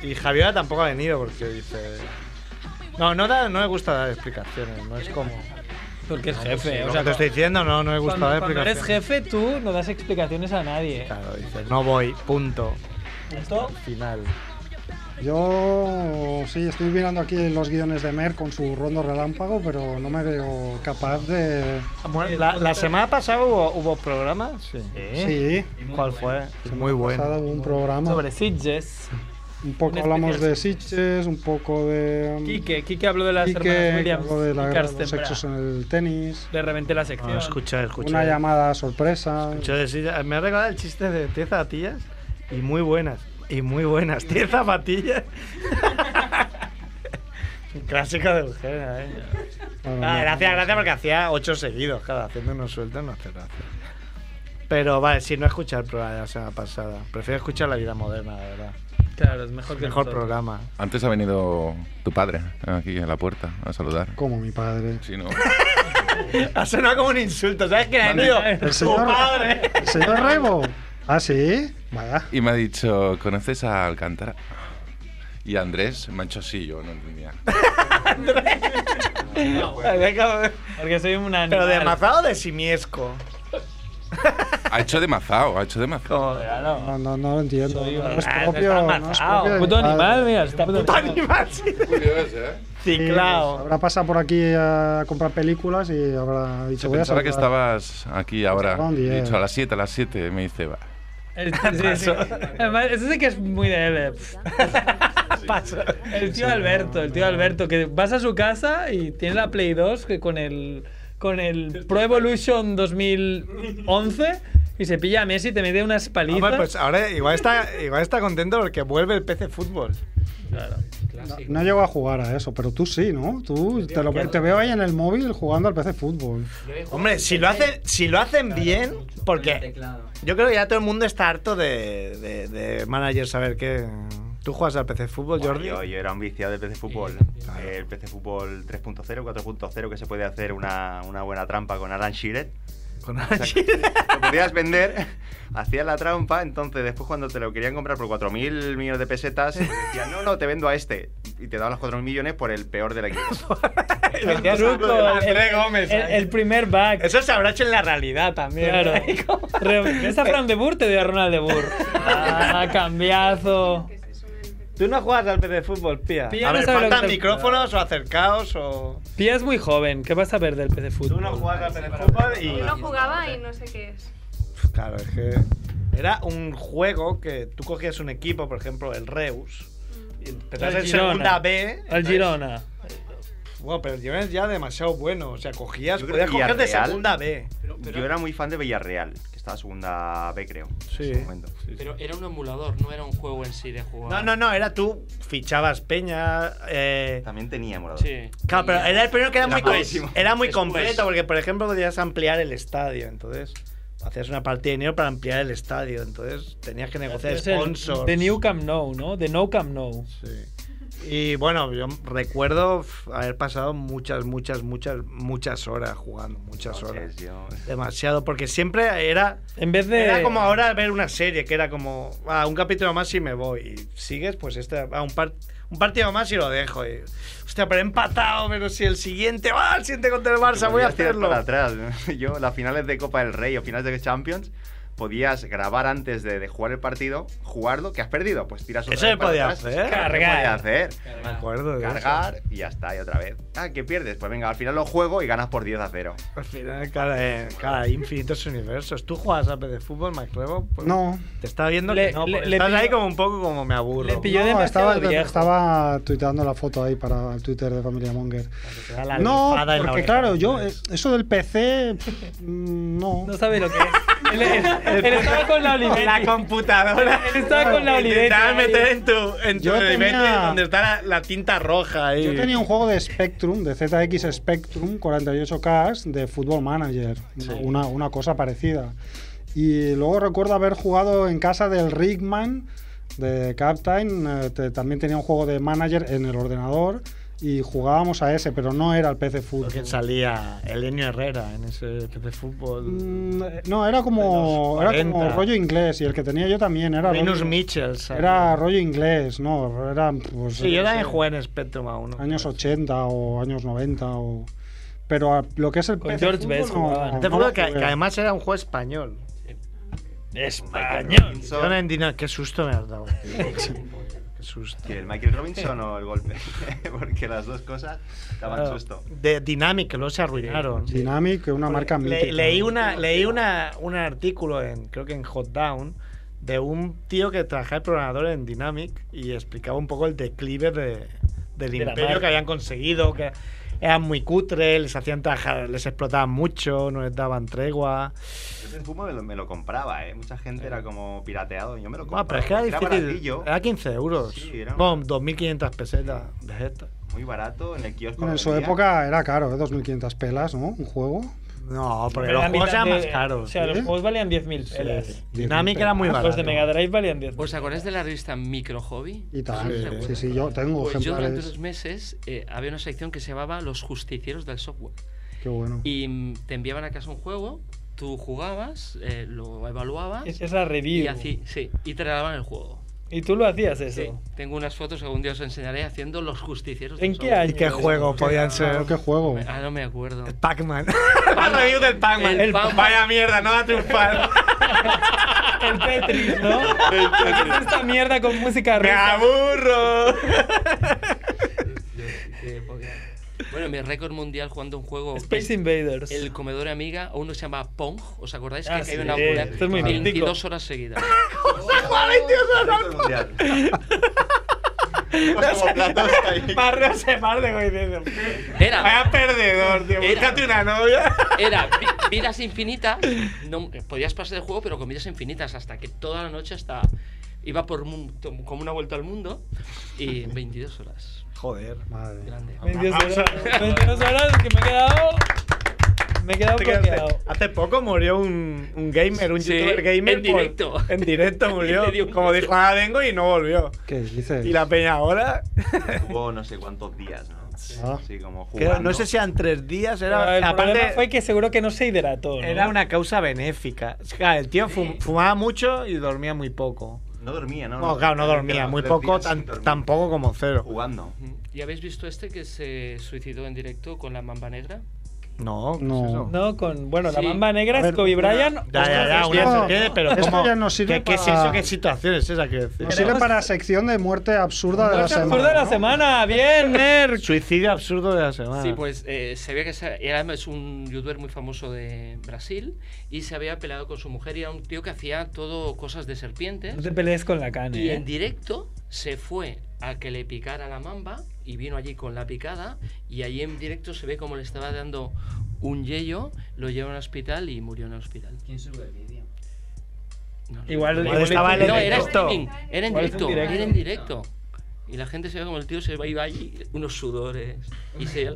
[SPEAKER 3] Sí. Y Javiola tampoco ha venido porque dice. No, no, da- no me gusta dar explicaciones, no es como.
[SPEAKER 10] Porque es
[SPEAKER 3] Sí,
[SPEAKER 10] jefe.
[SPEAKER 3] lo
[SPEAKER 10] o
[SPEAKER 3] que
[SPEAKER 10] sea,
[SPEAKER 3] te estoy diciendo, no, no me gusta
[SPEAKER 10] cuando,
[SPEAKER 3] dar
[SPEAKER 10] cuando
[SPEAKER 3] explicaciones.
[SPEAKER 10] eres jefe, tú no das explicaciones a nadie. ¿eh?
[SPEAKER 3] Claro, dice, no voy, punto.
[SPEAKER 10] Esto,
[SPEAKER 3] Final.
[SPEAKER 2] Yo sí, estoy mirando aquí los guiones de Mer con su rondo relámpago, pero no me veo capaz de.
[SPEAKER 3] Bueno, la, la semana pasada hubo, hubo programa, sí.
[SPEAKER 2] Sí,
[SPEAKER 3] ¿Cuál fue? Muy
[SPEAKER 2] pasado
[SPEAKER 3] bueno.
[SPEAKER 2] un programa.
[SPEAKER 10] ¿Eh? sobre Sitges.
[SPEAKER 2] Un poco
[SPEAKER 10] un
[SPEAKER 2] hablamos
[SPEAKER 10] especial.
[SPEAKER 2] de Sitches, un poco de. um,
[SPEAKER 10] Quique, Quique habló de las
[SPEAKER 2] Quique,
[SPEAKER 10] hermanas
[SPEAKER 2] que
[SPEAKER 10] Williams.
[SPEAKER 2] habló de la
[SPEAKER 10] y
[SPEAKER 2] guerra de los
[SPEAKER 10] Carsten Bra.
[SPEAKER 2] sexos en el tenis.
[SPEAKER 10] Le reventé la sección.
[SPEAKER 3] No, escuché, escuché.
[SPEAKER 10] eh.
[SPEAKER 2] Una llamada sorpresa.
[SPEAKER 3] Escuché decir- me ha regalado el chiste de 10 zapatillas y muy buenas. Y muy buenas. 10 zapatillas. Un clásico del género, eh.
[SPEAKER 2] Bueno,
[SPEAKER 3] Ah,
[SPEAKER 2] no,
[SPEAKER 3] gracias,
[SPEAKER 2] no,
[SPEAKER 3] gracias, porque hacía 8 seguidos. Claro, haciendo unos sueltos no hace gracia. Pero vale, si no escuché el programa de la semana pasada. Prefiero escuchar La Vida Moderna, de verdad.
[SPEAKER 10] Claro, es mejor que
[SPEAKER 3] Mejor
[SPEAKER 10] nosotros.
[SPEAKER 3] programa.
[SPEAKER 5] Antes ha venido tu padre aquí a la puerta a saludar.
[SPEAKER 2] Como mi padre.
[SPEAKER 5] Sí, no.
[SPEAKER 3] Ha sonado como un insulto, ¿sabes qué? Ha ido
[SPEAKER 2] El
[SPEAKER 3] tu
[SPEAKER 2] señor,
[SPEAKER 3] padre.
[SPEAKER 2] el señor Rebo. Ah, sí. Vaya.
[SPEAKER 5] Y me ha dicho, ¿conoces a Alcántara? Y Andrés me ha hecho así, yo no entendía.
[SPEAKER 10] Porque soy un animal.
[SPEAKER 3] Pero de amazado o de simiesco.
[SPEAKER 5] Ha hecho de mazao, ha hecho de mazao.
[SPEAKER 3] Como de, ah, no.
[SPEAKER 2] No, no, no lo entiendo.
[SPEAKER 10] Soy
[SPEAKER 2] No es
[SPEAKER 3] un-
[SPEAKER 2] propio.
[SPEAKER 3] Ah,
[SPEAKER 2] No es
[SPEAKER 3] está
[SPEAKER 2] propio de mi
[SPEAKER 10] Puto
[SPEAKER 2] padre.
[SPEAKER 10] animal, mira, está puto
[SPEAKER 3] Puto
[SPEAKER 10] animal.
[SPEAKER 3] animal, sí.
[SPEAKER 5] Curioso, ¿eh?
[SPEAKER 3] Ciclao.
[SPEAKER 2] Habrá pasado por aquí a comprar películas y habrá dicho.
[SPEAKER 5] Se
[SPEAKER 2] voy a
[SPEAKER 5] pensaba que
[SPEAKER 2] saludar.
[SPEAKER 5] estabas aquí ahora.
[SPEAKER 2] Estaban
[SPEAKER 5] He
[SPEAKER 2] bien.
[SPEAKER 5] dicho a las 7, a las 7. Me dice, va.
[SPEAKER 10] El- sí, sí. Además, eso sí que es muy de Ever.
[SPEAKER 3] Paso.
[SPEAKER 10] El tío Alberto, el tío Alberto, que vas a su casa y tiene la Play 2 que con el, con el Pro Evolution 2011 y se pilla a Messi y te mete unas palizas.
[SPEAKER 3] Hombre, pues ahora igual está, igual está contento porque vuelve el PC Fútbol.
[SPEAKER 10] Claro.
[SPEAKER 2] No llego a jugar a eso, pero tú sí, ¿no? Tú te, lo, te veo ahí en el móvil jugando al PC Fútbol.
[SPEAKER 3] Hombre, si lo hacen, si lo hacen bien, porque yo creo que ya todo el mundo está harto de, de, de managers. A ver, ¿qué? ¿Tú juegas al PC Fútbol,
[SPEAKER 4] Bueno,
[SPEAKER 3] Jordi? Eh,
[SPEAKER 4] Yo, yo era un viciado del PC Fútbol. El PC Fútbol 3.0, 4.0, que se puede hacer una, una buena trampa con Alan Shearer.
[SPEAKER 3] Con
[SPEAKER 4] O sea, lo podías vender, hacías la trampa, entonces después cuando te lo querían comprar por 4.000 millones de pesetas, te decían, no, no, te vendo a este. Y te daban los 4.000 millones por el peor del equipo.
[SPEAKER 10] El truco, el,
[SPEAKER 3] Gómez. ¿eh?
[SPEAKER 10] el- el primer back.
[SPEAKER 3] Eso se habrá hecho en la realidad también.
[SPEAKER 10] Claro. Re- ¿Ves a Fran de Boer? Te doy a Ronald de Boer. Ah, cambiazo.
[SPEAKER 3] Tú no juegas al PC Fútbol, pía.
[SPEAKER 10] Pía
[SPEAKER 3] a
[SPEAKER 10] no
[SPEAKER 3] ver,
[SPEAKER 10] sabe lo
[SPEAKER 3] faltan
[SPEAKER 10] que te-
[SPEAKER 3] micrófonos o acercaos o.
[SPEAKER 10] Pía es muy joven. ¿Qué vas a ver del PC Fútbol?
[SPEAKER 3] al PC Fútbol y.
[SPEAKER 7] Uno jugaba y no sé qué es.
[SPEAKER 3] Claro, es que era un juego que tú cogías un equipo, por ejemplo, el Reus, y empezabas
[SPEAKER 10] El
[SPEAKER 3] en
[SPEAKER 10] Girona.
[SPEAKER 3] segunda B.
[SPEAKER 10] Al Girona.
[SPEAKER 3] Bueno, pero el Girona es ya demasiado bueno. O sea, cogías,
[SPEAKER 4] Yo creo
[SPEAKER 3] podías
[SPEAKER 4] que
[SPEAKER 3] coger de
[SPEAKER 4] Villarreal.
[SPEAKER 3] segunda B.
[SPEAKER 4] Yo era muy fan de Villarreal, que estaba segunda B, creo.
[SPEAKER 3] Sí.
[SPEAKER 4] En ese momento.
[SPEAKER 9] Pero era un emulador, no era un juego en sí de jugar.
[SPEAKER 3] No, no, no, era tú fichabas Peña. Eh,
[SPEAKER 4] También tenía morador.
[SPEAKER 9] Sí.
[SPEAKER 3] claro, pero era el primero que era,
[SPEAKER 9] Era
[SPEAKER 3] muy, com-
[SPEAKER 9] malísimo.
[SPEAKER 3] era muy
[SPEAKER 9] Después.
[SPEAKER 3] completo, porque por ejemplo podías ampliar el estadio. Entonces, hacías una partida de dinero para ampliar el estadio. Entonces, tenías que negociar
[SPEAKER 10] Es el-
[SPEAKER 3] sponsors.
[SPEAKER 10] De New Camp Nou, ¿no? De No Camp Nou.
[SPEAKER 3] Sí. Y bueno, yo recuerdo f- haber pasado muchas, muchas, muchas, muchas horas jugando, muchas horas. Demasiado, porque siempre era.
[SPEAKER 10] En vez de-
[SPEAKER 3] Era como ahora ver una serie, que era como. Ah, un capítulo más y me voy. Y sigues, pues este. Ah, un, par- un partido más y lo dejo. Y, hostia, pero he empatado, pero si el siguiente. ¡Ah, el siguiente contra el Barça! Voy a
[SPEAKER 4] Podías tirar
[SPEAKER 3] hacerlo.
[SPEAKER 4] Para atrás. ¿no? Yo, las finales de Copa del Rey o finales de Champions, podías grabar antes de, de jugar el partido, jugarlo, que has perdido. Pues tiras otra
[SPEAKER 3] Eso
[SPEAKER 4] vez
[SPEAKER 3] se
[SPEAKER 4] para
[SPEAKER 3] podía
[SPEAKER 4] atrás.
[SPEAKER 3] hacer.
[SPEAKER 4] Claro,
[SPEAKER 3] Cargar.
[SPEAKER 4] Se podía hacer.
[SPEAKER 3] Me acuerdo de eso.
[SPEAKER 4] Cargar y ya está, y otra vez. Ah, ¿qué pierdes? Pues venga, al final lo juego y ganas por 10 a 0.
[SPEAKER 3] Al final, cara, eh, cara, hay infinitos universos. ¿Tú juegas a de fútbol, MacLevo?
[SPEAKER 2] No.
[SPEAKER 3] Te estaba viendo
[SPEAKER 10] Le-
[SPEAKER 3] que no,
[SPEAKER 10] le-
[SPEAKER 3] porque
[SPEAKER 10] le
[SPEAKER 3] estás
[SPEAKER 10] pilló-
[SPEAKER 3] ahí como un poco como me aburro.
[SPEAKER 10] Le pilló
[SPEAKER 2] No,
[SPEAKER 10] demasiado
[SPEAKER 2] estaba,
[SPEAKER 10] viejo.
[SPEAKER 2] estaba tuiteando la foto ahí para el Twitter de Familia Monger.
[SPEAKER 3] da la
[SPEAKER 2] No,
[SPEAKER 3] bifada en la
[SPEAKER 2] porque
[SPEAKER 3] oreja,
[SPEAKER 2] claro, yo, eh, eso del PC, pff, mm, no.
[SPEAKER 10] No sabe lo que es. él, él- él estaba con la Olivetti.
[SPEAKER 3] la computadora.
[SPEAKER 10] Él estaba con la Olivetti.
[SPEAKER 3] Intentaba
[SPEAKER 10] ahí.
[SPEAKER 3] meter en tu, en tu
[SPEAKER 2] Yo
[SPEAKER 3] Olivetti
[SPEAKER 2] tenía-
[SPEAKER 3] donde está la, la tinta roja. ahí.
[SPEAKER 2] Yo tenía un juego de Spectrum, de ZX Spectrum 48K de Football Manager, una, una cosa parecida. Y luego recuerdo haber jugado en casa del Rickman, de Captain, eh, te- también tenía un juego de manager en el ordenador y jugábamos a ese, pero no era el PC Football.
[SPEAKER 3] Porque salía Elenio Herrera en ese de fútbol.
[SPEAKER 2] Mm, No, era como,
[SPEAKER 3] De los
[SPEAKER 2] era como
[SPEAKER 3] 40.
[SPEAKER 2] rollo inglés y el que tenía yo también era
[SPEAKER 3] Linus
[SPEAKER 2] rollo,
[SPEAKER 3] Mitchell. salía.
[SPEAKER 2] era rollo inglés, no, era pues,
[SPEAKER 3] Sí, yo
[SPEAKER 2] no
[SPEAKER 3] también
[SPEAKER 2] sé.
[SPEAKER 3] jugué en Spectrum a uno.
[SPEAKER 2] años 80 o años 90 o pero a- lo que es el
[SPEAKER 10] Con
[SPEAKER 2] PC
[SPEAKER 10] George
[SPEAKER 2] fútbol,
[SPEAKER 10] Best jugaban.
[SPEAKER 3] Este
[SPEAKER 2] no
[SPEAKER 3] fútbol
[SPEAKER 2] lo
[SPEAKER 3] que,
[SPEAKER 2] jugué.
[SPEAKER 3] que además era un juego español.
[SPEAKER 10] Español.
[SPEAKER 4] Robinson.
[SPEAKER 3] Yo en Dino- Qué susto me has dado. Qué susto.
[SPEAKER 4] ¿El Michael Robinson o el golpe? Porque las dos cosas daban
[SPEAKER 3] Claro.
[SPEAKER 4] susto.
[SPEAKER 3] De Dynamic, que luego se arruinaron.
[SPEAKER 2] Dynamic una marca
[SPEAKER 3] Le-
[SPEAKER 2] mítica.
[SPEAKER 3] leí una, leí una, un artículo en, creo que en Hot Down, de un tío que trabajaba de programador en Dynamic y explicaba un poco el declive de- del
[SPEAKER 10] la
[SPEAKER 3] imperio
[SPEAKER 10] marca.
[SPEAKER 3] que habían conseguido, que eran muy cutres, les hacían trabajar, les explotaban mucho, no les daban tregua.
[SPEAKER 4] Yo el fumo me lo, me lo compraba, ¿eh? Mucha gente era como pirateado y yo me lo compraba.
[SPEAKER 3] Bueno, pero es que era difícil. Ah.
[SPEAKER 4] baratillo,
[SPEAKER 3] Era 15 euros.
[SPEAKER 4] Sí, era un-
[SPEAKER 3] Bueno, 2.500 pesetas de esta.
[SPEAKER 4] muy barato, en el kiosco. lo
[SPEAKER 2] en su
[SPEAKER 4] vendían.
[SPEAKER 2] época era caro, ¿eh? 2.500 pelas, ¿no? Un juego.
[SPEAKER 3] No, porque
[SPEAKER 10] Era
[SPEAKER 3] los
[SPEAKER 10] la
[SPEAKER 3] juegos
[SPEAKER 10] mitad
[SPEAKER 3] eran más
[SPEAKER 10] de-
[SPEAKER 3] caros.
[SPEAKER 10] O sea, los juegos valían 10.000 pelas.
[SPEAKER 3] Dynamic era muy
[SPEAKER 10] Los
[SPEAKER 3] barato.
[SPEAKER 10] de Mega Drive valían 10.000.
[SPEAKER 9] ¿Os acordáis de la revista Micro Hobby?
[SPEAKER 2] Y tal.
[SPEAKER 9] Sí.
[SPEAKER 2] Sí, sí, yo tengo
[SPEAKER 9] Pues yo durante unos
[SPEAKER 2] ejemplares.
[SPEAKER 9] meses eh, había una sección que se llamaba Los Justicieros del Software.
[SPEAKER 2] Qué bueno.
[SPEAKER 9] Y mm, te enviaban a casa un juego, tú jugabas, eh, lo evaluabas
[SPEAKER 10] Es, es la
[SPEAKER 9] y,
[SPEAKER 10] review.
[SPEAKER 9] así, sí, y te regalaban el juego.
[SPEAKER 10] Y tú lo hacías eso.
[SPEAKER 9] Sí, tengo unas fotos que algún día os enseñaré haciendo Los Justicieros del
[SPEAKER 10] ¿En qué
[SPEAKER 9] Software.
[SPEAKER 10] año?
[SPEAKER 3] ¿Y qué juego podían ser?
[SPEAKER 2] Claro, qué juego.
[SPEAKER 9] Ah, no me acuerdo.
[SPEAKER 3] Pac-Man. La review del Pac-Man.
[SPEAKER 9] El Pac-Man.
[SPEAKER 3] Vaya mierda, no va a triunfar.
[SPEAKER 10] El Tetris, ¿no? ¿Qué es esta mierda con música
[SPEAKER 3] ¡Me
[SPEAKER 10] rusa?
[SPEAKER 3] aburro!
[SPEAKER 9] Qué época. Bueno, mi récord mundial jugando un juego.
[SPEAKER 10] Space
[SPEAKER 9] en
[SPEAKER 10] Invaders.
[SPEAKER 9] El comedor amiga, o uno se llama Pong, ¿os acordáis?
[SPEAKER 10] Ah,
[SPEAKER 9] que
[SPEAKER 10] sí.
[SPEAKER 9] hay una
[SPEAKER 10] Sí,
[SPEAKER 9] hora
[SPEAKER 10] esto es muy
[SPEAKER 9] 22
[SPEAKER 10] mítico.
[SPEAKER 9] horas seguidas.
[SPEAKER 4] Récord mundial. Como platos ahí.
[SPEAKER 3] Barrio se par de coincidencia.
[SPEAKER 10] Ah,
[SPEAKER 9] Era,
[SPEAKER 3] Vaya perdedor, tío.
[SPEAKER 9] Era.
[SPEAKER 3] Búscate una novia.
[SPEAKER 9] era vi- vidas infinitas, no, podías pasar el juego, pero con vidas infinitas, hasta que toda la noche hasta iba por mu- tom- como una vuelta al mundo y 22 horas.
[SPEAKER 3] Joder.
[SPEAKER 2] Madre.
[SPEAKER 9] Grande.
[SPEAKER 10] 22 horas. 22 horas que me he quedado. Me he quedado bloqueado.
[SPEAKER 3] Hace poco murió un, un gamer, un
[SPEAKER 9] Sí,
[SPEAKER 3] youtuber gamer.
[SPEAKER 9] en
[SPEAKER 3] por-
[SPEAKER 9] directo.
[SPEAKER 3] en directo murió.
[SPEAKER 9] Le dio un
[SPEAKER 3] como
[SPEAKER 9] beso.
[SPEAKER 3] dijo, ah, vengo y no volvió.
[SPEAKER 2] ¿Qué dices?
[SPEAKER 3] Y la peña ahora.
[SPEAKER 4] Hubo no sé cuántos días, ¿no?
[SPEAKER 2] Ah.
[SPEAKER 4] Sí, como
[SPEAKER 3] creo-
[SPEAKER 4] jugando.
[SPEAKER 3] no sé si eran tres días.
[SPEAKER 10] Pero
[SPEAKER 3] Era,
[SPEAKER 10] el problema
[SPEAKER 3] aparte,
[SPEAKER 10] fue que seguro que no se hidrató. ¿no?
[SPEAKER 3] era una causa benéfica. O sea, el tío fum- fumaba mucho y dormía muy poco.
[SPEAKER 4] No dormía, ¿no?
[SPEAKER 3] No, claro, no dormía.
[SPEAKER 4] Eran
[SPEAKER 3] Muy
[SPEAKER 4] tres
[SPEAKER 3] poco,
[SPEAKER 4] días
[SPEAKER 3] tan-
[SPEAKER 4] sin dormir.
[SPEAKER 3] tampoco como cero.
[SPEAKER 4] Jugando.
[SPEAKER 9] ¿Y habéis visto este que se suicidó en directo con la mamba negra?
[SPEAKER 3] No, ¿qué
[SPEAKER 2] No.
[SPEAKER 3] es eso?
[SPEAKER 10] No, con. Bueno, la
[SPEAKER 9] Sí.
[SPEAKER 10] mamba negra
[SPEAKER 2] A
[SPEAKER 10] es
[SPEAKER 2] ver,
[SPEAKER 10] Kobe
[SPEAKER 2] una-
[SPEAKER 10] Bryant.
[SPEAKER 3] Ya, ya, ya,
[SPEAKER 2] Esto-
[SPEAKER 3] una
[SPEAKER 2] esto-
[SPEAKER 3] sorpresa, pero
[SPEAKER 2] esto
[SPEAKER 3] ¿cómo?
[SPEAKER 2] ya nos sirve
[SPEAKER 3] ¿Qué, qué es
[SPEAKER 2] para-
[SPEAKER 3] eso? ¿Qué situación es esa? Quiero decir.
[SPEAKER 2] Nos sirve para sección de muerte absurda de la
[SPEAKER 10] Muerte
[SPEAKER 2] semana.
[SPEAKER 10] absurda de la
[SPEAKER 2] ¿no?
[SPEAKER 10] semana. Bien, Merck.
[SPEAKER 3] Suicidio absurdo de la semana.
[SPEAKER 9] Sí, pues eh, se veía que se- era es un youtuber muy famoso de Brasil y se había peleado con su mujer y era un tío que hacía todo cosas de serpientes.
[SPEAKER 10] No te pelees con la cane.
[SPEAKER 9] Y
[SPEAKER 10] ¿eh?
[SPEAKER 9] en directo se fue a que le picara la mamba y vino allí con la picada y allí en directo se ve como le estaba dando un yello, lo llevaron al hospital y murió en el hospital.
[SPEAKER 6] ¿Quién sube el vídeo?
[SPEAKER 9] No, no.
[SPEAKER 10] Igual,
[SPEAKER 3] Igual estaba
[SPEAKER 9] no,
[SPEAKER 3] en
[SPEAKER 9] era
[SPEAKER 3] directo.
[SPEAKER 9] streaming, era en
[SPEAKER 10] Igual es en
[SPEAKER 9] directo,
[SPEAKER 10] directo.
[SPEAKER 9] era en directo. Y la gente se ve como el tío se iba allí, unos sudores y se...
[SPEAKER 2] Qué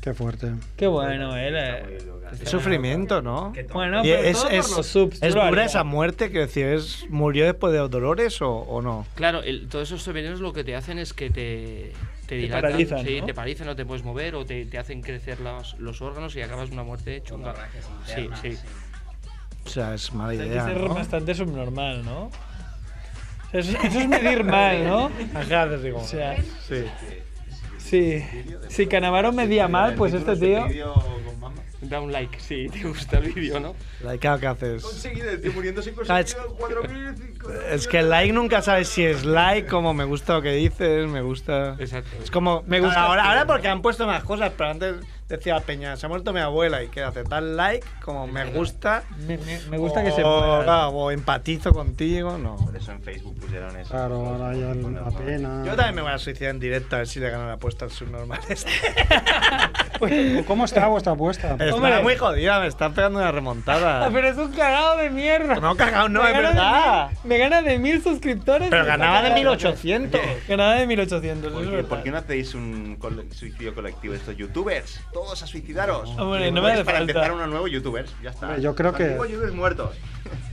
[SPEAKER 2] Qué fuerte.
[SPEAKER 10] Qué bueno, él. eh.
[SPEAKER 3] Es sufrimiento, ¿no?
[SPEAKER 10] Bueno,
[SPEAKER 3] Y
[SPEAKER 10] pero
[SPEAKER 3] es,
[SPEAKER 10] todo por
[SPEAKER 3] es-
[SPEAKER 10] los subs,
[SPEAKER 3] es
[SPEAKER 10] tú lo
[SPEAKER 3] dura
[SPEAKER 10] harías.
[SPEAKER 3] esa muerte, que decir, es, ¿murió después de los dolores o, o no?
[SPEAKER 9] Claro, el- todos esos souvenirs lo que te hacen es que te, te dilatan.
[SPEAKER 3] paralizan,
[SPEAKER 9] sí,
[SPEAKER 3] ¿no?
[SPEAKER 9] te paralizan, no te puedes mover o te, te hacen crecer los, los órganos y acabas una muerte chunga. Sí, sí.
[SPEAKER 3] O sea, es mala
[SPEAKER 10] Hay que
[SPEAKER 3] idea.
[SPEAKER 10] ser
[SPEAKER 3] ¿no?
[SPEAKER 10] bastante subnormal, ¿no? Eso, eso es medir mal, ¿no?
[SPEAKER 3] Ajá, te digo.
[SPEAKER 10] O sea,
[SPEAKER 3] sí.
[SPEAKER 10] sí. Si Canavaro medía mal, pues este tío.
[SPEAKER 9] Da un like si te gusta el vídeo, ¿no?
[SPEAKER 3] Like, claro, ¿qué haces?
[SPEAKER 4] Seguido, el tío muriendo sin
[SPEAKER 3] Ah, es-
[SPEAKER 4] conseguido, 4.000.
[SPEAKER 3] Es que el like nunca sabes si es like, como me gusta lo que dices, me gusta.
[SPEAKER 9] Exacto.
[SPEAKER 3] Es como. Me
[SPEAKER 10] gusta.
[SPEAKER 3] gusta. Ahora, ahora porque han puesto más cosas, pero antes decía Peña, se ha muerto mi abuela y que aceptar like, como me gusta.
[SPEAKER 10] Me, me- me gusta que
[SPEAKER 3] o,
[SPEAKER 10] se muera.
[SPEAKER 3] claro, o empatizo contigo, no.
[SPEAKER 4] Por eso en Facebook pusieron eso.
[SPEAKER 2] Claro, ahora ya la pena.
[SPEAKER 3] Yo también me voy a suicidar en directo a ver si le gano la apuesta al subnormal. este. Está
[SPEAKER 2] Pues, ¿Cómo está vuestra apuesta?
[SPEAKER 3] Eh,
[SPEAKER 10] Hombre.
[SPEAKER 3] muy jodida, me está pegando una remontada.
[SPEAKER 10] Ah, Pero es un cagado de mierda.
[SPEAKER 3] No, cagado, no,
[SPEAKER 10] Me
[SPEAKER 3] es
[SPEAKER 10] gana de
[SPEAKER 3] verdad.
[SPEAKER 10] mil- me gana de mil suscriptores.
[SPEAKER 3] Pero
[SPEAKER 10] y me está
[SPEAKER 3] ganaba de
[SPEAKER 10] cagando.
[SPEAKER 3] 1800.
[SPEAKER 10] Ganaba de 1800. eso es
[SPEAKER 4] Oye,
[SPEAKER 10] verdad.
[SPEAKER 4] ¿Por qué no hacéis un cole- suicidio colectivo estos youtubers? Todos a suicidaros.
[SPEAKER 10] Hombre, no me hace
[SPEAKER 4] para
[SPEAKER 10] falta.
[SPEAKER 4] empezar unos nuevos youtubers, ya está.
[SPEAKER 2] Hombre, yo creo
[SPEAKER 4] Los
[SPEAKER 2] que-
[SPEAKER 4] antiguos youtubers muertos.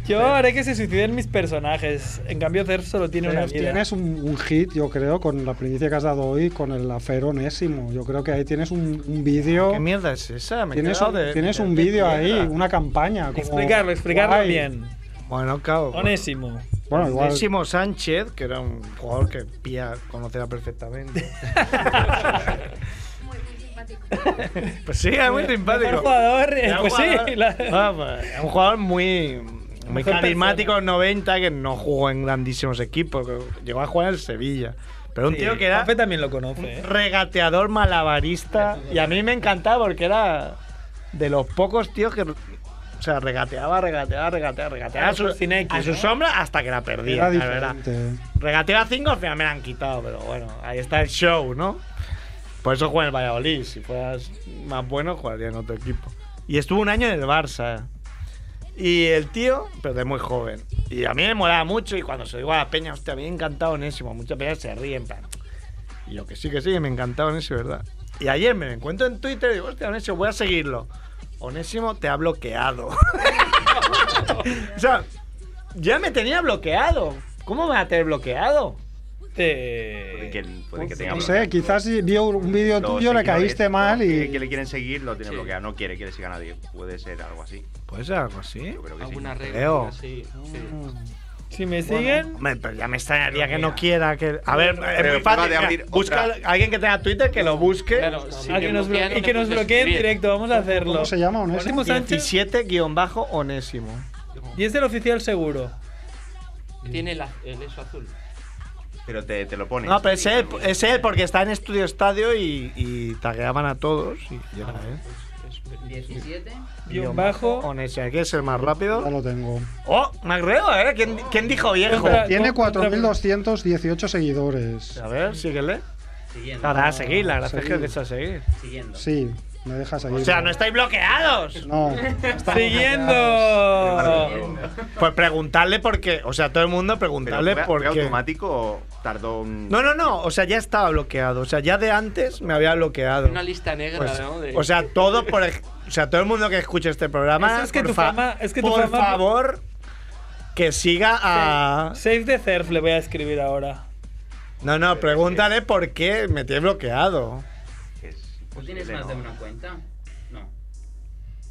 [SPEAKER 10] Yo haré que se suiciden mis personajes. En cambio, Cerf solo tiene una
[SPEAKER 2] Tienes,
[SPEAKER 10] vida.
[SPEAKER 2] tienes un, un hit, yo creo, con la primicia que has dado hoy, con el aferonésimo. Yo creo que ahí tienes un, un vídeo.
[SPEAKER 3] Ah, ¿Qué mierda es esa? Me he
[SPEAKER 2] Tienes
[SPEAKER 3] quedado
[SPEAKER 2] un,
[SPEAKER 3] de-
[SPEAKER 2] tienes
[SPEAKER 3] de-
[SPEAKER 2] un
[SPEAKER 3] de
[SPEAKER 2] vídeo ahí,
[SPEAKER 3] piedra.
[SPEAKER 2] una campaña. como-
[SPEAKER 10] Explicarlo, explicarlo
[SPEAKER 2] guay.
[SPEAKER 10] bien.
[SPEAKER 3] Bueno, claro.
[SPEAKER 10] Onésimo.
[SPEAKER 2] Bueno, igual.
[SPEAKER 3] Onésimo Sánchez, que era un jugador que Pía conocía perfectamente.
[SPEAKER 7] Muy, muy simpático.
[SPEAKER 3] Pues sí, es muy simpático.
[SPEAKER 10] Mejor jugador, eh,
[SPEAKER 3] Era un
[SPEAKER 10] pues sí.
[SPEAKER 3] jugador-
[SPEAKER 10] la-
[SPEAKER 3] Ah, pues, era un jugador muy, muy
[SPEAKER 10] Mejor
[SPEAKER 3] carismático en 90, que no jugó en grandísimos equipos, que llegó a jugar en el Sevilla. Pero un
[SPEAKER 10] Sí,
[SPEAKER 3] tío que era
[SPEAKER 10] Juanfe también lo conoce. ¿eh?
[SPEAKER 3] regateador malabarista y a mí me encantaba porque era de los pocos tíos que o sea, regateaba, regateaba, regateaba, regateaba a
[SPEAKER 10] Claro, pues,
[SPEAKER 3] su,
[SPEAKER 10] sin X,
[SPEAKER 3] a su
[SPEAKER 10] ¿no?
[SPEAKER 3] sombra hasta que la perdía,
[SPEAKER 2] Era
[SPEAKER 3] la verdad.
[SPEAKER 2] diferente.
[SPEAKER 3] Regateaba 5, al final me la han quitado, pero bueno, ahí está el show, ¿no? Por eso juega en el Valladolid, si fueras más bueno jugaría en otro equipo. Y estuvo un año en el Barça. Y el tío, pero de muy joven. Y a mí me molaba mucho y cuando se lo digo a la peña, hostia, me ha encantado Onésimo. Muchas peñas se ríen, en plan, y yo que sí, que sí, me encantaba Onésimo, ¿verdad? Y ayer me lo encuentro en Twitter y digo, hostia, Onésimo, voy a seguirlo. Onésimo te ha bloqueado. o sea, ya me tenía bloqueado. ¿Cómo me va a tener bloqueado?
[SPEAKER 4] Puede
[SPEAKER 10] Te-
[SPEAKER 4] que, puede que tenga
[SPEAKER 3] pues.
[SPEAKER 2] No sé,
[SPEAKER 4] bloqueado.
[SPEAKER 2] quizás si vio un vídeo
[SPEAKER 4] Los
[SPEAKER 2] tuyo, le
[SPEAKER 4] seguidores
[SPEAKER 2] caíste mal
[SPEAKER 4] Que,
[SPEAKER 2] y.
[SPEAKER 4] que le quieren seguir, lo tienen bloqueado. No quiere que le siga nadie. Puede ser algo así.
[SPEAKER 3] Pues algo así.
[SPEAKER 4] Yo creo que sí.
[SPEAKER 9] Alguna regla.
[SPEAKER 3] Creo.
[SPEAKER 9] Sí, sí.
[SPEAKER 6] Ah.
[SPEAKER 10] Si me siguen.
[SPEAKER 3] Hombre, pero ya me extrañaría que no quiera que. A ver, es
[SPEAKER 4] Pero
[SPEAKER 3] muy
[SPEAKER 4] acaba
[SPEAKER 3] fácil.
[SPEAKER 4] de
[SPEAKER 3] mira,
[SPEAKER 4] abrir
[SPEAKER 3] busca
[SPEAKER 4] otra.
[SPEAKER 3] a alguien que tenga Twitter que lo busque.
[SPEAKER 9] Claro, sí,
[SPEAKER 10] a Ah, que nos
[SPEAKER 9] bloquean,
[SPEAKER 10] bloqueen- y
[SPEAKER 9] no
[SPEAKER 10] que
[SPEAKER 9] te
[SPEAKER 10] nos
[SPEAKER 9] puedes
[SPEAKER 10] bloqueen
[SPEAKER 9] escribir.
[SPEAKER 10] directo, vamos a hacerlo.
[SPEAKER 2] ¿Cómo se llama, Onésimo?
[SPEAKER 10] Onésimo Sánchez.
[SPEAKER 3] 17-onésimo.
[SPEAKER 10] Y es el oficial seguro.
[SPEAKER 9] Tiene el, az- el eso azul.
[SPEAKER 4] Pero te, te lo pones.
[SPEAKER 3] No, pero es él, es él porque está en Estudio Estadio y, y tagueaban a todos. Y ya, ¿eh?
[SPEAKER 6] 17.
[SPEAKER 10] Guión bajo.
[SPEAKER 3] Onésimo. Hay que ser más
[SPEAKER 2] Ya
[SPEAKER 3] rápido.
[SPEAKER 2] lo tengo.
[SPEAKER 3] ¡Oh! Magreo, ¿eh? ¿Quién, quién dijo viejo?
[SPEAKER 10] Espera.
[SPEAKER 2] Tiene
[SPEAKER 10] con-
[SPEAKER 2] 4.218 seguidores.
[SPEAKER 3] A ver, síguele.
[SPEAKER 6] Siguiendo.
[SPEAKER 3] Ahora, a seguir, la gracia es que
[SPEAKER 2] Seguir.
[SPEAKER 3] des a seguir.
[SPEAKER 6] Siguiendo.
[SPEAKER 2] Sí, me dejas ahí.
[SPEAKER 3] O sea, no estáis bloqueados.
[SPEAKER 2] No.
[SPEAKER 10] Siguiendo.
[SPEAKER 3] Pues preguntarle por qué. O sea, todo el mundo
[SPEAKER 4] Pero
[SPEAKER 3] preguntarle
[SPEAKER 4] ¿fue, fue
[SPEAKER 3] por qué.
[SPEAKER 4] automático o tardó un.
[SPEAKER 3] No, no, no. O sea, ya estaba bloqueado. O sea, ya de antes me había bloqueado.
[SPEAKER 9] Una lista negra,
[SPEAKER 3] Pues,
[SPEAKER 9] ¿no? De-
[SPEAKER 3] o sea, todo por ej- o sea, todo el mundo que escuche este programa,
[SPEAKER 10] Eso es que
[SPEAKER 3] por
[SPEAKER 10] tu
[SPEAKER 3] fa-
[SPEAKER 10] fama- es que tu
[SPEAKER 3] por
[SPEAKER 10] fama-
[SPEAKER 3] favor, que siga a
[SPEAKER 10] Save the Surf le voy a escribir ahora.
[SPEAKER 3] No, no, pregúntale por qué me tiene bloqueado.
[SPEAKER 4] Es
[SPEAKER 6] ¿Tú
[SPEAKER 4] imposible,
[SPEAKER 6] tienes más
[SPEAKER 4] ¿no?
[SPEAKER 6] de una cuenta? No.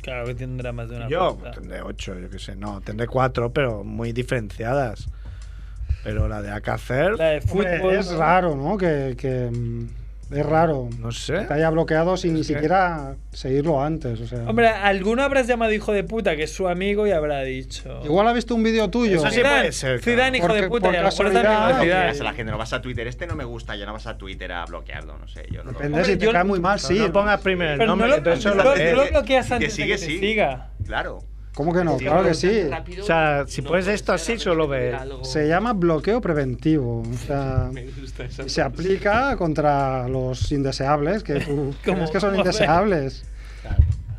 [SPEAKER 10] Claro que tendrá más de una
[SPEAKER 3] Yo
[SPEAKER 10] cuenta.
[SPEAKER 3] tendré ocho, yo qué sé, no, tendré cuatro, pero muy diferenciadas. Pero la de Acacer,
[SPEAKER 10] La de
[SPEAKER 2] Hombre,
[SPEAKER 10] fútbol.
[SPEAKER 2] es raro, ¿no? Que, que, mm, es raro.
[SPEAKER 3] no sé.
[SPEAKER 2] Te haya bloqueado sin ni siquiera seguirlo antes. O sea.
[SPEAKER 10] Hombre, alguno habrás llamado hijo de puta, que es su amigo, y habrá dicho.
[SPEAKER 2] Igual ha visto un vídeo tuyo.
[SPEAKER 3] Eso sí pues,
[SPEAKER 10] Zidane,
[SPEAKER 3] puede ser, claro.
[SPEAKER 10] Zidane, hijo
[SPEAKER 2] Porque-
[SPEAKER 10] de puta,
[SPEAKER 2] por
[SPEAKER 10] y a lo mejor es
[SPEAKER 2] casualidad,
[SPEAKER 10] amigo de
[SPEAKER 2] Cuidado.
[SPEAKER 4] No
[SPEAKER 10] Zidane.
[SPEAKER 4] quieras a la gente, no vas a Twitter, este no me gusta, ya no vas a Twitter a bloquearlo, no sé, yo no lo-
[SPEAKER 2] Depende
[SPEAKER 10] Hombre,
[SPEAKER 2] si te
[SPEAKER 10] yo-
[SPEAKER 2] cae muy mal, sí.
[SPEAKER 3] no pongas primero el
[SPEAKER 10] Pero
[SPEAKER 3] nombre,
[SPEAKER 10] no lo,
[SPEAKER 3] entonces solo
[SPEAKER 10] no lo-
[SPEAKER 3] lees.
[SPEAKER 10] no lo bloqueas
[SPEAKER 4] Si te
[SPEAKER 10] antes de
[SPEAKER 4] sigue,
[SPEAKER 10] que te
[SPEAKER 4] sí.
[SPEAKER 10] siga.
[SPEAKER 4] Claro.
[SPEAKER 2] ¿Cómo que no?
[SPEAKER 4] Sí,
[SPEAKER 2] Claro que
[SPEAKER 4] no,
[SPEAKER 2] sí.
[SPEAKER 9] Rápido,
[SPEAKER 3] O sea, si pones
[SPEAKER 9] puede
[SPEAKER 3] esto
[SPEAKER 9] ser,
[SPEAKER 3] así,
[SPEAKER 9] a ver,
[SPEAKER 3] solo
[SPEAKER 9] que
[SPEAKER 3] ve-
[SPEAKER 9] tenga algo-
[SPEAKER 2] Se llama bloqueo preventivo. O sea,
[SPEAKER 9] Me gusta esa
[SPEAKER 2] y se
[SPEAKER 9] cosa.
[SPEAKER 2] aplica contra los indeseables, que tú crees que son
[SPEAKER 10] Joder.
[SPEAKER 2] indeseables.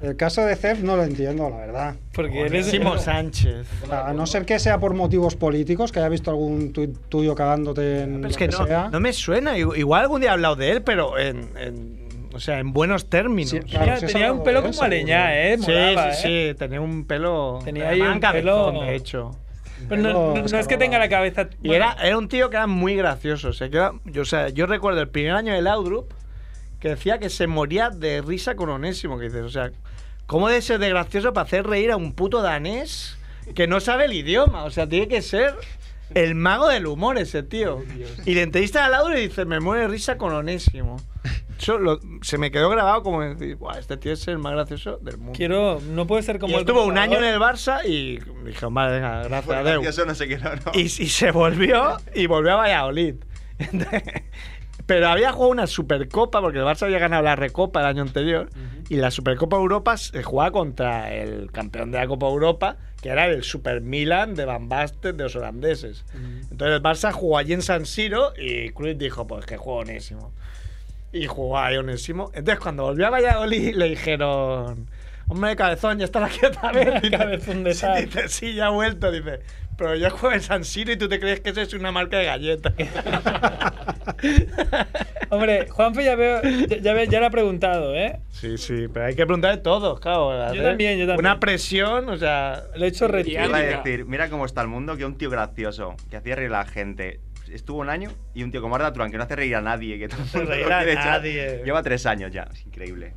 [SPEAKER 2] El caso de Zef no lo entiendo, la verdad.
[SPEAKER 10] Porque eres.
[SPEAKER 3] Onésimo Sánchez.
[SPEAKER 2] O sea, A no ser que sea por motivos políticos, que haya visto algún tuit tuyo cagándote en
[SPEAKER 3] Pero es
[SPEAKER 2] lo
[SPEAKER 3] que
[SPEAKER 2] que sea.
[SPEAKER 3] no, no me suena. Igu- Igual algún día he hablado de él, pero en, en O sea, en buenos términos.
[SPEAKER 10] claro, Tenía- sí es tenía algo un pelo de eso, como Aleñá, seguro. ¿eh?
[SPEAKER 3] Sí,
[SPEAKER 10] Molaba,
[SPEAKER 3] sí,
[SPEAKER 10] ¿eh?
[SPEAKER 3] sí. Tenía un pelo.
[SPEAKER 10] Tenía ahí un
[SPEAKER 3] cabezón,
[SPEAKER 10] pelo-
[SPEAKER 3] de hecho.
[SPEAKER 10] Pero no- no- no es que tenga la cabeza.
[SPEAKER 3] Y era, era un tío que era muy gracioso. se queda- yo, o sea, yo recuerdo el primer año del Laudrup que decía que se moría de risa con Onésimo. Que dices, o sea, ¿cómo de ser de gracioso para hacer reír a un puto danés que no sabe el idioma? O sea, tiene que ser el mago del humor ese tío. Y le entrevista a Laudrup y dice, me muere de risa con Onésimo. Eso lo- se me quedó grabado como decir, "Buah, este tío es el más gracioso del mundo.
[SPEAKER 10] Quiero. No puede ser como.
[SPEAKER 3] Y
[SPEAKER 10] el
[SPEAKER 3] estuvo un año en el
[SPEAKER 10] presentador.
[SPEAKER 3] Barça y dije, vale, venga, gracias,
[SPEAKER 4] Fue
[SPEAKER 3] adeu".
[SPEAKER 4] gracioso, no sé qué, no, no.
[SPEAKER 3] Y, y se volvió y volvió a Valladolid. Pero había jugado una Supercopa, porque el Barça había ganado la Recopa el año anterior, y la Supercopa Europa se jugaba contra el campeón de la Copa Europa, que era el Super Milan de Van Basten, de los holandeses. Entonces el Barça jugó allí en San Siro y Cruyff dijo, pues que juego onésimo. Y jugó ahí onésimo. Entonces cuando volvió a Valladolid le dijeron, hombre, cabezón, ya estás aquí otra vez.
[SPEAKER 10] cabezón de
[SPEAKER 3] Sí, dice, sí, ya ha vuelto. Dice, pero yo juego en San Siro y tú te crees que eso es una marca de galletas.
[SPEAKER 10] Hombre, Juanfe ya veo. Ya, ya ve- ya le ha preguntado, ¿eh?
[SPEAKER 3] sí, sí, pero hay que preguntar de todos, claro. ¿verdad?
[SPEAKER 10] Yo también, yo también.
[SPEAKER 3] Una presión, o sea... eh,
[SPEAKER 10] Le he hecho retweet.
[SPEAKER 4] Iba a decir, mira cómo está el mundo, que un tío gracioso, que hacía reír a la gente. Estuvo un año y un tío como Arda Turán, que no hace reír a nadie, que todo el mundo lo
[SPEAKER 3] reír a
[SPEAKER 4] quiere echar.
[SPEAKER 3] nadie.
[SPEAKER 4] Lleva tres años ya, es increíble.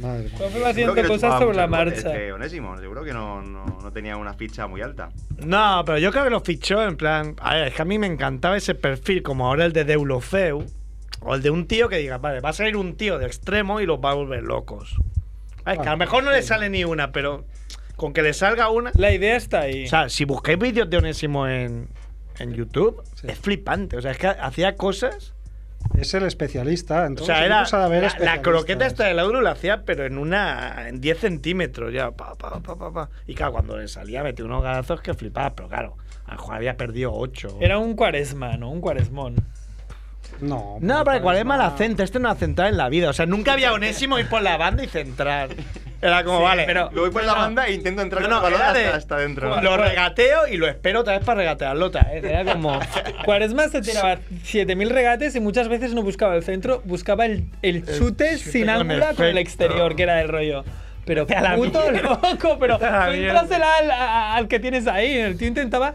[SPEAKER 2] Madre mía.
[SPEAKER 10] Juanfe va haciendo
[SPEAKER 4] Seguro que no
[SPEAKER 10] cosas
[SPEAKER 4] chupaba
[SPEAKER 10] sobre la
[SPEAKER 4] muchos goles,
[SPEAKER 10] marcha.
[SPEAKER 3] este-
[SPEAKER 4] eh, Onésimo, seguro que no, no, no tenía una ficha muy alta.
[SPEAKER 3] No, pero yo creo que lo fichó en plan. A ver, es que a mí me encantaba ese perfil, como ahora el de Deulofeu, o el de un tío que diga, vale, va a salir un tío de extremo y los va a volver locos. A ver, que a lo mejor no le sale ni una, pero con que le salga una.
[SPEAKER 10] La idea está ahí.
[SPEAKER 3] O sea, si busquéis vídeos de Onésimo en, en YouTube, es flipante. O sea, es que hacía cosas.
[SPEAKER 2] Es el especialista.
[SPEAKER 3] O
[SPEAKER 2] Entonces,
[SPEAKER 3] sea, era.
[SPEAKER 2] vamos a ver
[SPEAKER 3] La, la
[SPEAKER 2] especialistas.
[SPEAKER 3] croqueta esta del Lauro la hacía, pero en una. en 10 centímetros ya. Pa, pa, pa, pa, pa. Y claro, cuando le salía, metía unos gazos que flipaba, pero claro, a lo mejor había perdido 8.
[SPEAKER 10] Era un cuaresma, ¿no? Un cuaresmón.
[SPEAKER 2] No.
[SPEAKER 3] No, pero cuál es la centra, este no ha centrado en la vida. O sea, nunca había Onésimo ir por la banda y centrar. Era como,
[SPEAKER 10] Sí,
[SPEAKER 3] vale.
[SPEAKER 10] pero-
[SPEAKER 4] Lo voy por la banda e intento entrar
[SPEAKER 3] No,
[SPEAKER 4] con
[SPEAKER 3] no,
[SPEAKER 4] el balón
[SPEAKER 3] era de-
[SPEAKER 4] hasta, hasta dentro.
[SPEAKER 3] Lo regateo y lo espero otra vez para regatearlo otra vez. Era como.
[SPEAKER 10] Cuaresma se tiraba 7000 regates y muchas veces no buscaba el centro, buscaba el, el chute sin
[SPEAKER 3] con
[SPEAKER 10] ángulo con el
[SPEAKER 3] efecto.
[SPEAKER 10] exterior, que era el rollo. Pero
[SPEAKER 3] a la
[SPEAKER 10] puto
[SPEAKER 3] mierda.
[SPEAKER 10] loco, pero
[SPEAKER 3] Vete a la
[SPEAKER 10] tú
[SPEAKER 3] mierda.
[SPEAKER 10] entrásela al, a- al que tienes ahí. El tío intentaba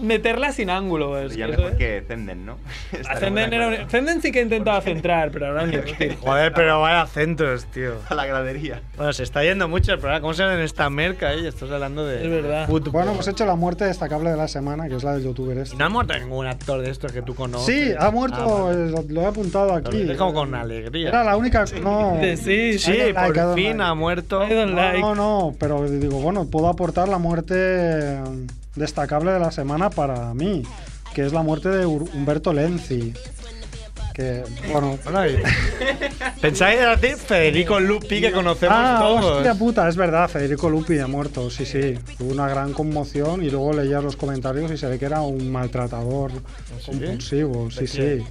[SPEAKER 10] meterla sin ángulo. Es,
[SPEAKER 4] Ya
[SPEAKER 10] Pues que
[SPEAKER 4] mejor
[SPEAKER 10] eso es-
[SPEAKER 4] que Zenden, ¿no? Estaremos de
[SPEAKER 10] Zenden era
[SPEAKER 4] acuerdo.
[SPEAKER 10] un- Zenden sí que intentaba centrar, pero ahora ni hostil.
[SPEAKER 3] Joder, pero vaya centros, tío.
[SPEAKER 4] A la gradería.
[SPEAKER 3] Bueno, se está yendo mucho el programa. ¿Cómo se en esta merca ahí? Estás hablando de.
[SPEAKER 10] Es verdad.
[SPEAKER 3] fútbol.
[SPEAKER 2] Bueno, hemos hecho la muerte destacable de la semana, que es la del youtuber este.
[SPEAKER 3] No ha muerto ningún actor de estos que tú conoces.
[SPEAKER 2] Sí, ha
[SPEAKER 3] Ah,
[SPEAKER 2] muerto,
[SPEAKER 3] vale.
[SPEAKER 2] eh, lo, lo he apuntado
[SPEAKER 3] Lo
[SPEAKER 2] aquí.
[SPEAKER 3] dices como con alegría.
[SPEAKER 2] Era la única. No.
[SPEAKER 10] Sí, sí,
[SPEAKER 3] Sí,
[SPEAKER 2] Hay un like, hay
[SPEAKER 3] por
[SPEAKER 2] un
[SPEAKER 3] fin
[SPEAKER 2] like.
[SPEAKER 3] ha muerto.
[SPEAKER 10] I don't like.
[SPEAKER 2] No, no, pero digo, bueno, puedo aportar la muerte destacable de la semana para mí, que es la muerte de Ur- Humberto Lenzi. Que, bueno.
[SPEAKER 3] Bueno, y- Pensáis a decir Federico Lupi que conocemos
[SPEAKER 2] Ah,
[SPEAKER 3] todos.
[SPEAKER 2] hostia puta, es verdad, Federico Lupi ha muerto, sí, sí. Tuvo una gran conmoción y luego leías los comentarios y se ve que era un maltratador
[SPEAKER 3] ¿Ah,
[SPEAKER 2] compulsivo, sí, sí.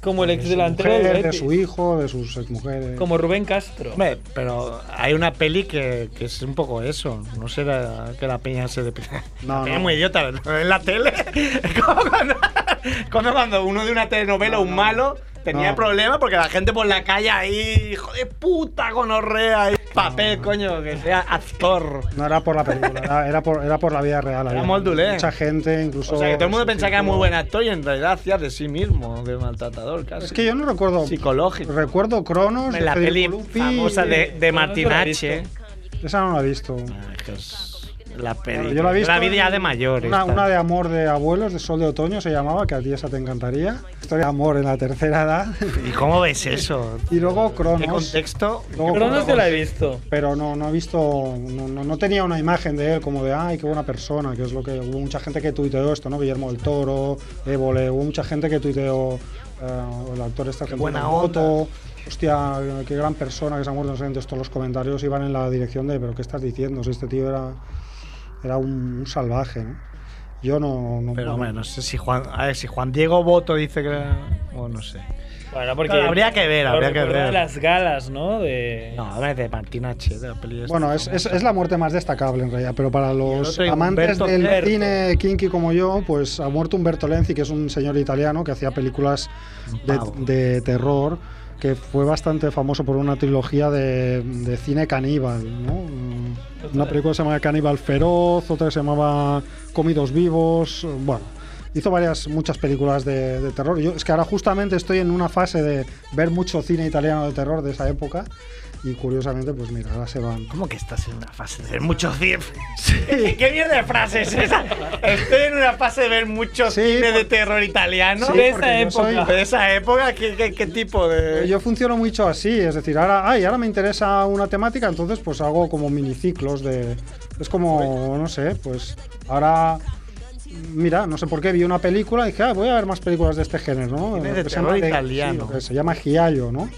[SPEAKER 10] Como el ex delantero del
[SPEAKER 2] Mujer, de
[SPEAKER 10] Betis.
[SPEAKER 2] su hijo, de sus exmujeres.
[SPEAKER 10] Como Rubén Castro.
[SPEAKER 3] Hombre, pero hay una peli que, que es un poco eso. No sé la- que la peña se de
[SPEAKER 2] No,
[SPEAKER 3] la peña
[SPEAKER 2] no.
[SPEAKER 3] es muy idiota. ¿no? En la tele. Es como cuando, como cuando uno de una telenovela, un malo, tenía
[SPEAKER 2] No.
[SPEAKER 3] problemas porque la gente por la calle ahí, hijo de puta, gonorrea, y papel, coño, que sea actor.
[SPEAKER 2] No era por la película, era, era por, era por la vida real. había
[SPEAKER 3] molt dolent.
[SPEAKER 2] Mucha gente, incluso.
[SPEAKER 3] O sea, que todo el mundo
[SPEAKER 2] su
[SPEAKER 3] pensaba que era muy
[SPEAKER 2] círculo.
[SPEAKER 3] buen actor y en realidad hacía de sí mismo, de maltratador casi.
[SPEAKER 2] Es que yo no recuerdo.
[SPEAKER 3] Psicológico.
[SPEAKER 2] Recuerdo Cronos.
[SPEAKER 3] En la
[SPEAKER 2] Federico
[SPEAKER 3] peli
[SPEAKER 2] Lupi,
[SPEAKER 3] famosa de, de
[SPEAKER 10] No, no la he
[SPEAKER 3] Martinache.
[SPEAKER 10] visto.
[SPEAKER 2] Esa no la he visto.
[SPEAKER 3] Ah, que es La peli.
[SPEAKER 2] Yo la he visto.
[SPEAKER 3] vi ya
[SPEAKER 2] en
[SPEAKER 3] de mayor.
[SPEAKER 2] Una,
[SPEAKER 3] esta.
[SPEAKER 2] una de amor de abuelos, de sol de otoño se llamaba, que a ti esa te encantaría. Historia de amor en la tercera edad.
[SPEAKER 3] ¿Y cómo ves eso?
[SPEAKER 2] y luego
[SPEAKER 3] ¿Qué
[SPEAKER 2] Cronos.
[SPEAKER 3] contexto?
[SPEAKER 2] Luego
[SPEAKER 10] Pero no
[SPEAKER 2] Cronos,
[SPEAKER 10] se la he visto.
[SPEAKER 2] Pero no, no he visto. No, no- no tenía una imagen de él como de, ay, qué buena persona, que es lo que. Hubo mucha gente que tuiteó esto, ¿no? Guillermo del Toro, Évole, hubo mucha gente que tuiteó. eh, el actor este argentino
[SPEAKER 3] buena
[SPEAKER 2] Moto, hostia, qué gran persona que se ha muerto. No sé, entonces todos los comentarios iban en la dirección de, pero ¿qué estás diciendo? Si este tío era, era un, un salvaje, ¿no? Yo no. no
[SPEAKER 3] Pero
[SPEAKER 2] no-
[SPEAKER 3] hombre, no sé si Juan. A ver, si Juan Diego Boto dice que. era- Bueno, no sé.
[SPEAKER 10] Bueno, porque.
[SPEAKER 3] Claro, habría que ver,
[SPEAKER 10] por-
[SPEAKER 3] habría que
[SPEAKER 10] por
[SPEAKER 3] ver.
[SPEAKER 10] Las galas, ¿no? De...
[SPEAKER 3] No, habla de Martinache, de la peli esta.
[SPEAKER 2] Bueno, es, es- es la muerte más destacable en realidad, pero para los
[SPEAKER 3] otro,
[SPEAKER 2] amantes
[SPEAKER 3] Humberto
[SPEAKER 2] del
[SPEAKER 3] Lerdo.
[SPEAKER 2] cine kinky como yo, pues ha muerto Umberto Lenzi, que es un señor italiano que hacía películas de,
[SPEAKER 3] Pavo.
[SPEAKER 2] de terror, que fue bastante famoso por una trilogía de, de cine caníbal, ¿no? Una película que se llamaba Caníbal Feroz, otra que se llamaba Comidos Vivos, bueno. Hizo varias, muchas películas de, de terror. Yo, es que ahora justamente estoy en una fase de ver mucho cine italiano de terror de esa época. Y curiosamente, pues mira, ahora se van.
[SPEAKER 3] ¿Cómo que estás en una fase de ver muchos cines?
[SPEAKER 2] Eh,
[SPEAKER 3] ¿Qué mierda de frase es esa? Estoy en una fase de ver muchos cine de terror italiano.
[SPEAKER 2] sí,
[SPEAKER 3] de esa
[SPEAKER 2] porque yo soy-
[SPEAKER 3] época. De esa época, ¿qué, qué- qué tipo de.?
[SPEAKER 2] Yo funciono mucho así, es decir, ahora, ay, ahora me interesa una temática, entonces pues hago como miniciclos de... Es como, no sé, pues ahora... Mira, no sé por qué vi una película y dije, ah, voy a ver más películas de este género, ¿no?
[SPEAKER 3] Cine de
[SPEAKER 2] Lo que se
[SPEAKER 3] terror
[SPEAKER 2] llama-
[SPEAKER 3] italiano.
[SPEAKER 2] sí, lo que se llama Giallo, ¿no?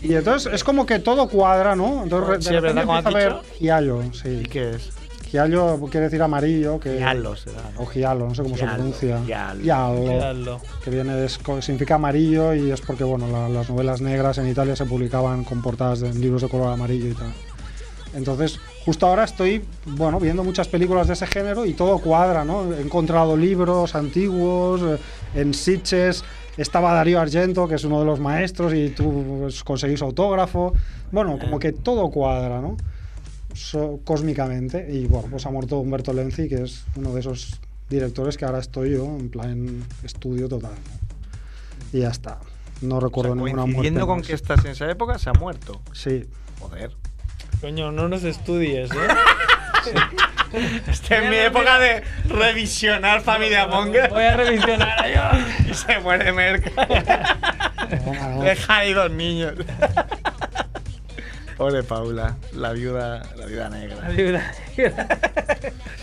[SPEAKER 2] Y entonces es como que todo cuadra, ¿no? Entonces
[SPEAKER 3] Sí, es verdad, como has
[SPEAKER 2] empiezo a ver
[SPEAKER 3] dicho.
[SPEAKER 2] Giallo, sí.
[SPEAKER 3] ¿Qué es?
[SPEAKER 2] Giallo quiere decir amarillo, que...
[SPEAKER 3] Giallo será, ¿no?
[SPEAKER 2] O giallo, no sé Eh, cómo
[SPEAKER 3] Giallo,
[SPEAKER 2] se pronuncia.
[SPEAKER 3] giallo.
[SPEAKER 10] Giallo.
[SPEAKER 2] Que viene de esco- significa amarillo y es porque bueno, la- las novelas negras en Italia se publicaban con portadas de en libros de color amarillo y tal. Entonces, justo ahora estoy, bueno, viendo muchas películas de ese género y todo cuadra, ¿no? He encontrado libros antiguos, eh, en Sitges estaba Darío Argento, que es uno de los maestros, y tú pues, conseguís autógrafo. Bueno,
[SPEAKER 3] Eh.
[SPEAKER 2] como que todo cuadra, ¿no? So- cósmicamente. Y bueno, pues ha muerto Humberto Lenzi, que es uno de esos directores que ahora estoy yo, en plan estudio total. ¿no? Y ya está. No recuerdo ninguna muerte.
[SPEAKER 3] Coincidiendo con
[SPEAKER 2] más.
[SPEAKER 3] que estás en esa época, se ha muerto.
[SPEAKER 2] Sí.
[SPEAKER 3] Joder.
[SPEAKER 10] Coño, no nos estudies, ¿eh?
[SPEAKER 3] Esta es mi época de revisionar Familia Monger.
[SPEAKER 10] Voy a revisionar
[SPEAKER 3] Y se muere Merca. Deja ahí dos niños. Pobre Paula, la viuda, la viuda negra.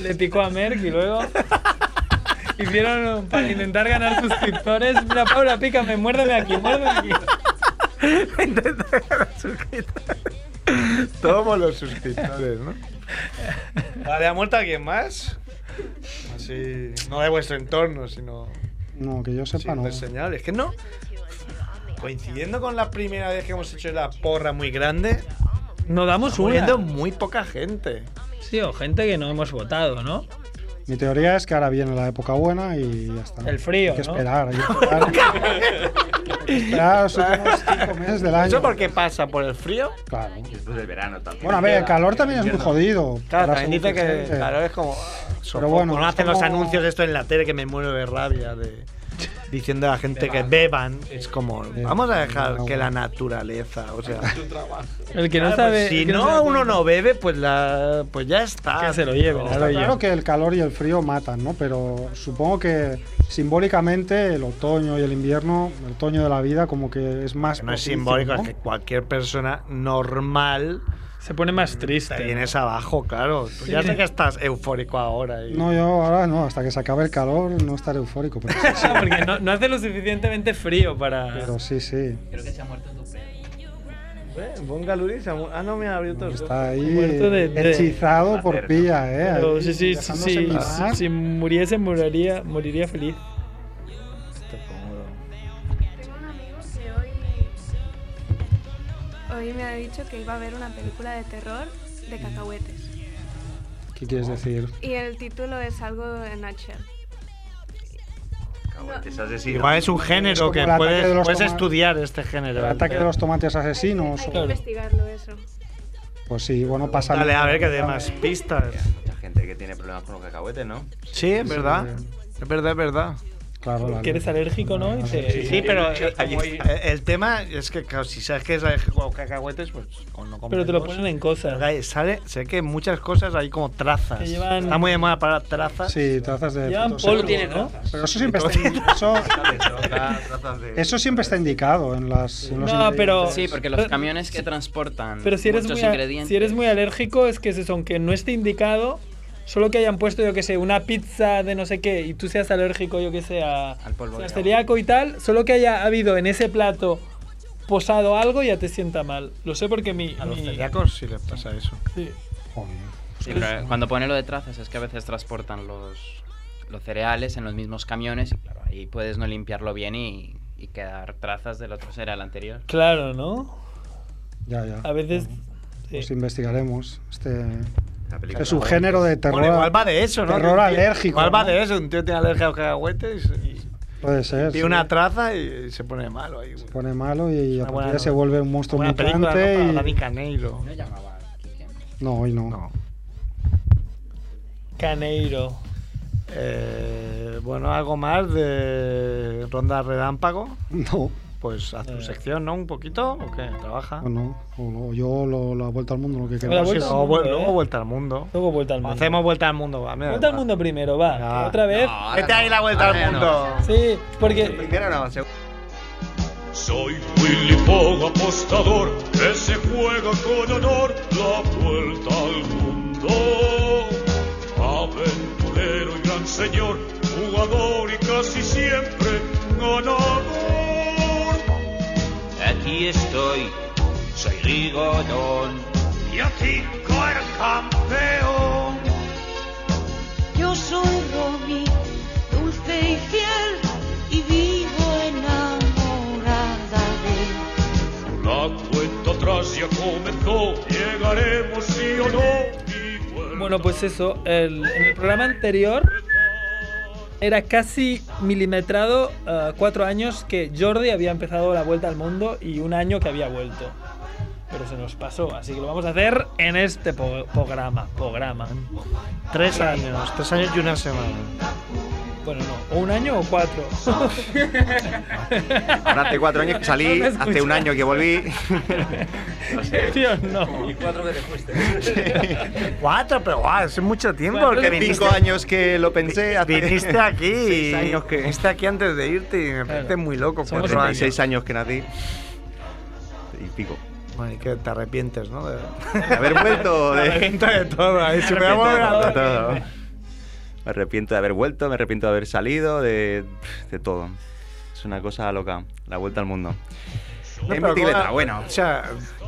[SPEAKER 10] Le picó a Merck y luego. Hicieron para intentar ganar suscriptores. Mira, Paula, pícame, muérdeme aquí, muérdeme aquí.
[SPEAKER 3] Todos los suscriptores, ¿no? Vale, ¿ha muerto alguien más? Así, no de vuestro entorno, sino
[SPEAKER 2] No, que yo sepa,
[SPEAKER 3] sin
[SPEAKER 2] no.
[SPEAKER 3] de señales. Que no. Coincidiendo con la primera vez que hemos hecho la porra muy grande,
[SPEAKER 10] Nos damos una.
[SPEAKER 3] muriendo muy poca gente.
[SPEAKER 10] Sí, o gente que no hemos votado, ¿no?
[SPEAKER 2] Mi teoría es que ahora viene la época buena y ya está.
[SPEAKER 10] El frío,
[SPEAKER 2] Hay que
[SPEAKER 10] ¿no?
[SPEAKER 2] esperar, hay que esperar. Hay que esperar los últimos cinco meses del año.
[SPEAKER 3] ¿Eso por qué pasa? ¿Por el frío?
[SPEAKER 2] Claro.
[SPEAKER 4] Después del verano también.
[SPEAKER 2] Bueno, a ver, el calor también es muy
[SPEAKER 4] Invierno.
[SPEAKER 2] jodido.
[SPEAKER 3] Claro,
[SPEAKER 2] para
[SPEAKER 3] también dice
[SPEAKER 2] según qué
[SPEAKER 3] que
[SPEAKER 2] gente.
[SPEAKER 3] claro, es como. Pero
[SPEAKER 2] bueno,
[SPEAKER 3] no
[SPEAKER 2] es
[SPEAKER 3] hacen los
[SPEAKER 2] como-
[SPEAKER 3] anuncios de esto en la tele que me muero de rabia, de, diciendo a la gente que beban. Es como, vamos a dejar que la naturaleza, o sea.
[SPEAKER 10] El que no
[SPEAKER 3] claro,
[SPEAKER 10] sabe.
[SPEAKER 3] pues, si
[SPEAKER 10] el que
[SPEAKER 3] no,
[SPEAKER 10] sabe-
[SPEAKER 3] uno no bebe, pues la pues ya está.
[SPEAKER 10] Que se lo lleve,
[SPEAKER 3] ¿no?
[SPEAKER 10] claro.
[SPEAKER 2] Está claro que el calor y el frío matan, ¿no? Pero supongo que simbólicamente el otoño y el invierno, el otoño de la vida, como que es más.
[SPEAKER 3] Que No es
[SPEAKER 2] propicio,
[SPEAKER 3] simbólico,
[SPEAKER 2] ¿no?
[SPEAKER 3] es que cualquier persona normal
[SPEAKER 10] Se pone más
[SPEAKER 3] te
[SPEAKER 10] triste.
[SPEAKER 3] vienes abajo, claro. Tú ya sé que estás eufórico ahora. y-
[SPEAKER 2] No, yo ahora no, hasta que se acabe el calor no estaré eufórico, pero sí, sí.
[SPEAKER 10] Porque no, no hace lo suficientemente frío
[SPEAKER 3] Ah.
[SPEAKER 10] para.
[SPEAKER 2] Pero sí, sí.
[SPEAKER 6] Creo que se ha muerto tu perro.
[SPEAKER 3] Eh, Bonga Luris, ah, no, me ha abierto el-
[SPEAKER 2] Está ahí
[SPEAKER 10] Muerto de- de-
[SPEAKER 2] hechizado por pilla, ¿eh?
[SPEAKER 10] Pero
[SPEAKER 2] Ahí,
[SPEAKER 10] sí, sí, sí,
[SPEAKER 2] dejándose
[SPEAKER 10] sí,
[SPEAKER 2] mirar.
[SPEAKER 10] si, si muriese, moriría, moriría feliz.
[SPEAKER 7] Tengo un amigo que hoy. Hoy me ha dicho que iba a ver una película de terror de cacahuetes.
[SPEAKER 2] ¿Qué quieres decir?
[SPEAKER 7] Y el título es algo en nutshell.
[SPEAKER 4] Cagotes asesinos.
[SPEAKER 3] Igual es un
[SPEAKER 2] Es
[SPEAKER 3] género
[SPEAKER 2] como
[SPEAKER 3] que
[SPEAKER 2] el ataque de
[SPEAKER 3] puedes,
[SPEAKER 2] los
[SPEAKER 3] puedes
[SPEAKER 2] tomates.
[SPEAKER 3] estudiar este género.
[SPEAKER 2] El ataque de los tomates asesinos.
[SPEAKER 7] Hay que
[SPEAKER 2] o-
[SPEAKER 7] investigarlo eso.
[SPEAKER 2] Pues sí, bueno, pasa.
[SPEAKER 3] Dale, a ver que dé más pistas.
[SPEAKER 4] Mucha gente que tiene problemas con los cacahuetes, ¿no?
[SPEAKER 3] Sí, es verdad. Es verdad, es verdad.
[SPEAKER 2] Claro, la-
[SPEAKER 10] Que eres alérgico, ¿no? Y te-
[SPEAKER 3] Sí, sí, pero eh, eh, el, tema es que, claro, si sabes que es alérgico a los cacahuetes, pues o no comes
[SPEAKER 10] Pero te lo
[SPEAKER 3] dos.
[SPEAKER 10] ponen en
[SPEAKER 3] Pero,
[SPEAKER 10] cosas.
[SPEAKER 3] claro, sale, sé que muchas cosas hay como trazas.
[SPEAKER 10] Que llevan-
[SPEAKER 3] Está muy de moda para trazas.
[SPEAKER 2] Sí, trazas de.
[SPEAKER 10] Llevan
[SPEAKER 2] fotos.
[SPEAKER 10] polvo,
[SPEAKER 9] Todo tiene
[SPEAKER 10] ¿no?
[SPEAKER 9] trazas.
[SPEAKER 2] Pero eso siempre está, eso,
[SPEAKER 4] Trazas de-
[SPEAKER 2] eso siempre está indicado en las. en los
[SPEAKER 10] No, pero-
[SPEAKER 2] ingredientes.
[SPEAKER 10] Sí,
[SPEAKER 11] Sí,
[SPEAKER 10] porque
[SPEAKER 11] porque
[SPEAKER 10] los
[SPEAKER 11] los
[SPEAKER 10] Pero-
[SPEAKER 11] camiones que transportan
[SPEAKER 10] Pero si eres,
[SPEAKER 11] muchos
[SPEAKER 10] muy, a-
[SPEAKER 11] ingredientes.
[SPEAKER 10] si eres muy alérgico, es que es eso, aunque no esté indicado, solo que hayan puesto, yo que sé, una pizza de no sé qué y tú seas alérgico, yo que sé, a,
[SPEAKER 11] Al polvo
[SPEAKER 10] o sea,
[SPEAKER 11] de
[SPEAKER 10] celíaco y tal, solo que haya habido en ese plato posado algo, ya te sienta mal. Lo sé porque mi.
[SPEAKER 3] A los
[SPEAKER 10] mi-
[SPEAKER 3] celíacos sí les pasa eso.
[SPEAKER 10] sí.
[SPEAKER 2] Joder.
[SPEAKER 11] Sí, pero Pues cuando pone lo de trazas es que a veces transportan los, los cereales en los mismos camiones y claro, ahí puedes no limpiarlo bien y, y y quedar trazas del otro ser al anterior.
[SPEAKER 10] Claro, ¿no?
[SPEAKER 2] Ya, ya.
[SPEAKER 10] A veces.
[SPEAKER 2] Pues investigaremos este,
[SPEAKER 4] película.
[SPEAKER 2] este subgénero de terror.
[SPEAKER 3] Bueno, igual va de eso, ¿no?
[SPEAKER 2] Terror alérgico.
[SPEAKER 3] Igual va
[SPEAKER 2] ¿no?
[SPEAKER 3] de eso. Un tío tiene alergia a los cacahuetes y,
[SPEAKER 2] Puede ser.
[SPEAKER 3] y
[SPEAKER 2] sí.
[SPEAKER 3] tiene una traza y se pone malo ahí.
[SPEAKER 2] Se pone malo y a
[SPEAKER 3] buena
[SPEAKER 2] partir de ahí se
[SPEAKER 3] novela.
[SPEAKER 2] vuelve un monstruo
[SPEAKER 3] Una película ¿no?
[SPEAKER 2] mutante.
[SPEAKER 3] para
[SPEAKER 2] y-
[SPEAKER 3] Dani Caneiro.
[SPEAKER 2] No, hoy no.
[SPEAKER 10] Caneiro.
[SPEAKER 3] Eh, bueno, algo más de Ronda Relámpago.
[SPEAKER 2] No.
[SPEAKER 3] Pues haz
[SPEAKER 4] Eh.
[SPEAKER 3] tu sección, ¿no? Un poquito, o qué, trabaja.
[SPEAKER 2] O no, o lo- yo lo, la vuelta al mundo, lo que
[SPEAKER 3] Luego
[SPEAKER 2] queráis.
[SPEAKER 3] sí, luego
[SPEAKER 4] Eh.
[SPEAKER 3] vuel- luego vuelta al mundo.
[SPEAKER 10] Luego vuelta al mundo.
[SPEAKER 3] Hacemos vuelta al mundo, va. me da
[SPEAKER 10] Vuelta al
[SPEAKER 3] igual.
[SPEAKER 10] mundo primero, va.
[SPEAKER 3] Ya.
[SPEAKER 10] Otra vez.
[SPEAKER 3] ahora Vete no. ahí la vuelta Ahora al ya no. mundo.
[SPEAKER 10] Sí, porque.
[SPEAKER 4] Primero no, se-
[SPEAKER 12] Soy Willy Pog, apostador, que se juega con honor la vuelta al mundo. Aventurero y gran señor, jugador y casi siempre ganador. Aquí estoy, soy Rigodón. Y aquí el campeón.
[SPEAKER 13] Yo soy Romy, dulce y fiel, y vivo enamorada de
[SPEAKER 12] La cuenta atrás ya comenzó, llegaremos sí o no.
[SPEAKER 10] Bueno, pues eso. el- en el programa anterior. Era casi milimetrado eh, cuatro años que Jordi había empezado la vuelta al mundo y un año que había vuelto. Pero se nos pasó, así que lo vamos a hacer en este po- programa. programa.
[SPEAKER 3] Tres años, tres años y una semana.
[SPEAKER 10] Bueno, no, o un año o cuatro.
[SPEAKER 4] Ahora hace cuatro años que salí,
[SPEAKER 10] No me
[SPEAKER 4] hace un
[SPEAKER 10] escuchas.
[SPEAKER 4] año que volví.
[SPEAKER 10] Tío, no.
[SPEAKER 6] Y cuatro veces fuiste.
[SPEAKER 3] Cuatro, pero guau, es mucho tiempo.
[SPEAKER 4] Cuatro,
[SPEAKER 3] que
[SPEAKER 4] cinco
[SPEAKER 3] viniste-
[SPEAKER 4] años que lo pensé, hace-
[SPEAKER 3] Viniste aquí.
[SPEAKER 4] Seis años que-
[SPEAKER 3] Viniste aquí antes de irte y me parece muy loco.
[SPEAKER 4] Somos
[SPEAKER 3] cuatro
[SPEAKER 4] 36 años que nací. Y pico.
[SPEAKER 3] Bueno, y que te arrepientes, ¿no? De,
[SPEAKER 4] De haber vuelto.
[SPEAKER 3] Me
[SPEAKER 4] De...
[SPEAKER 3] arrepiento de todo, ahí se me
[SPEAKER 4] Me
[SPEAKER 3] va
[SPEAKER 4] arrepiento de
[SPEAKER 3] volando.
[SPEAKER 4] todo. Me arrepiento de haber vuelto, me arrepiento de haber salido, de, de todo. Es una cosa loca, la vuelta al mundo.
[SPEAKER 3] No,
[SPEAKER 4] en
[SPEAKER 3] pero
[SPEAKER 4] bicicleta,
[SPEAKER 3] ¿cómo-
[SPEAKER 4] bueno.
[SPEAKER 3] O sea,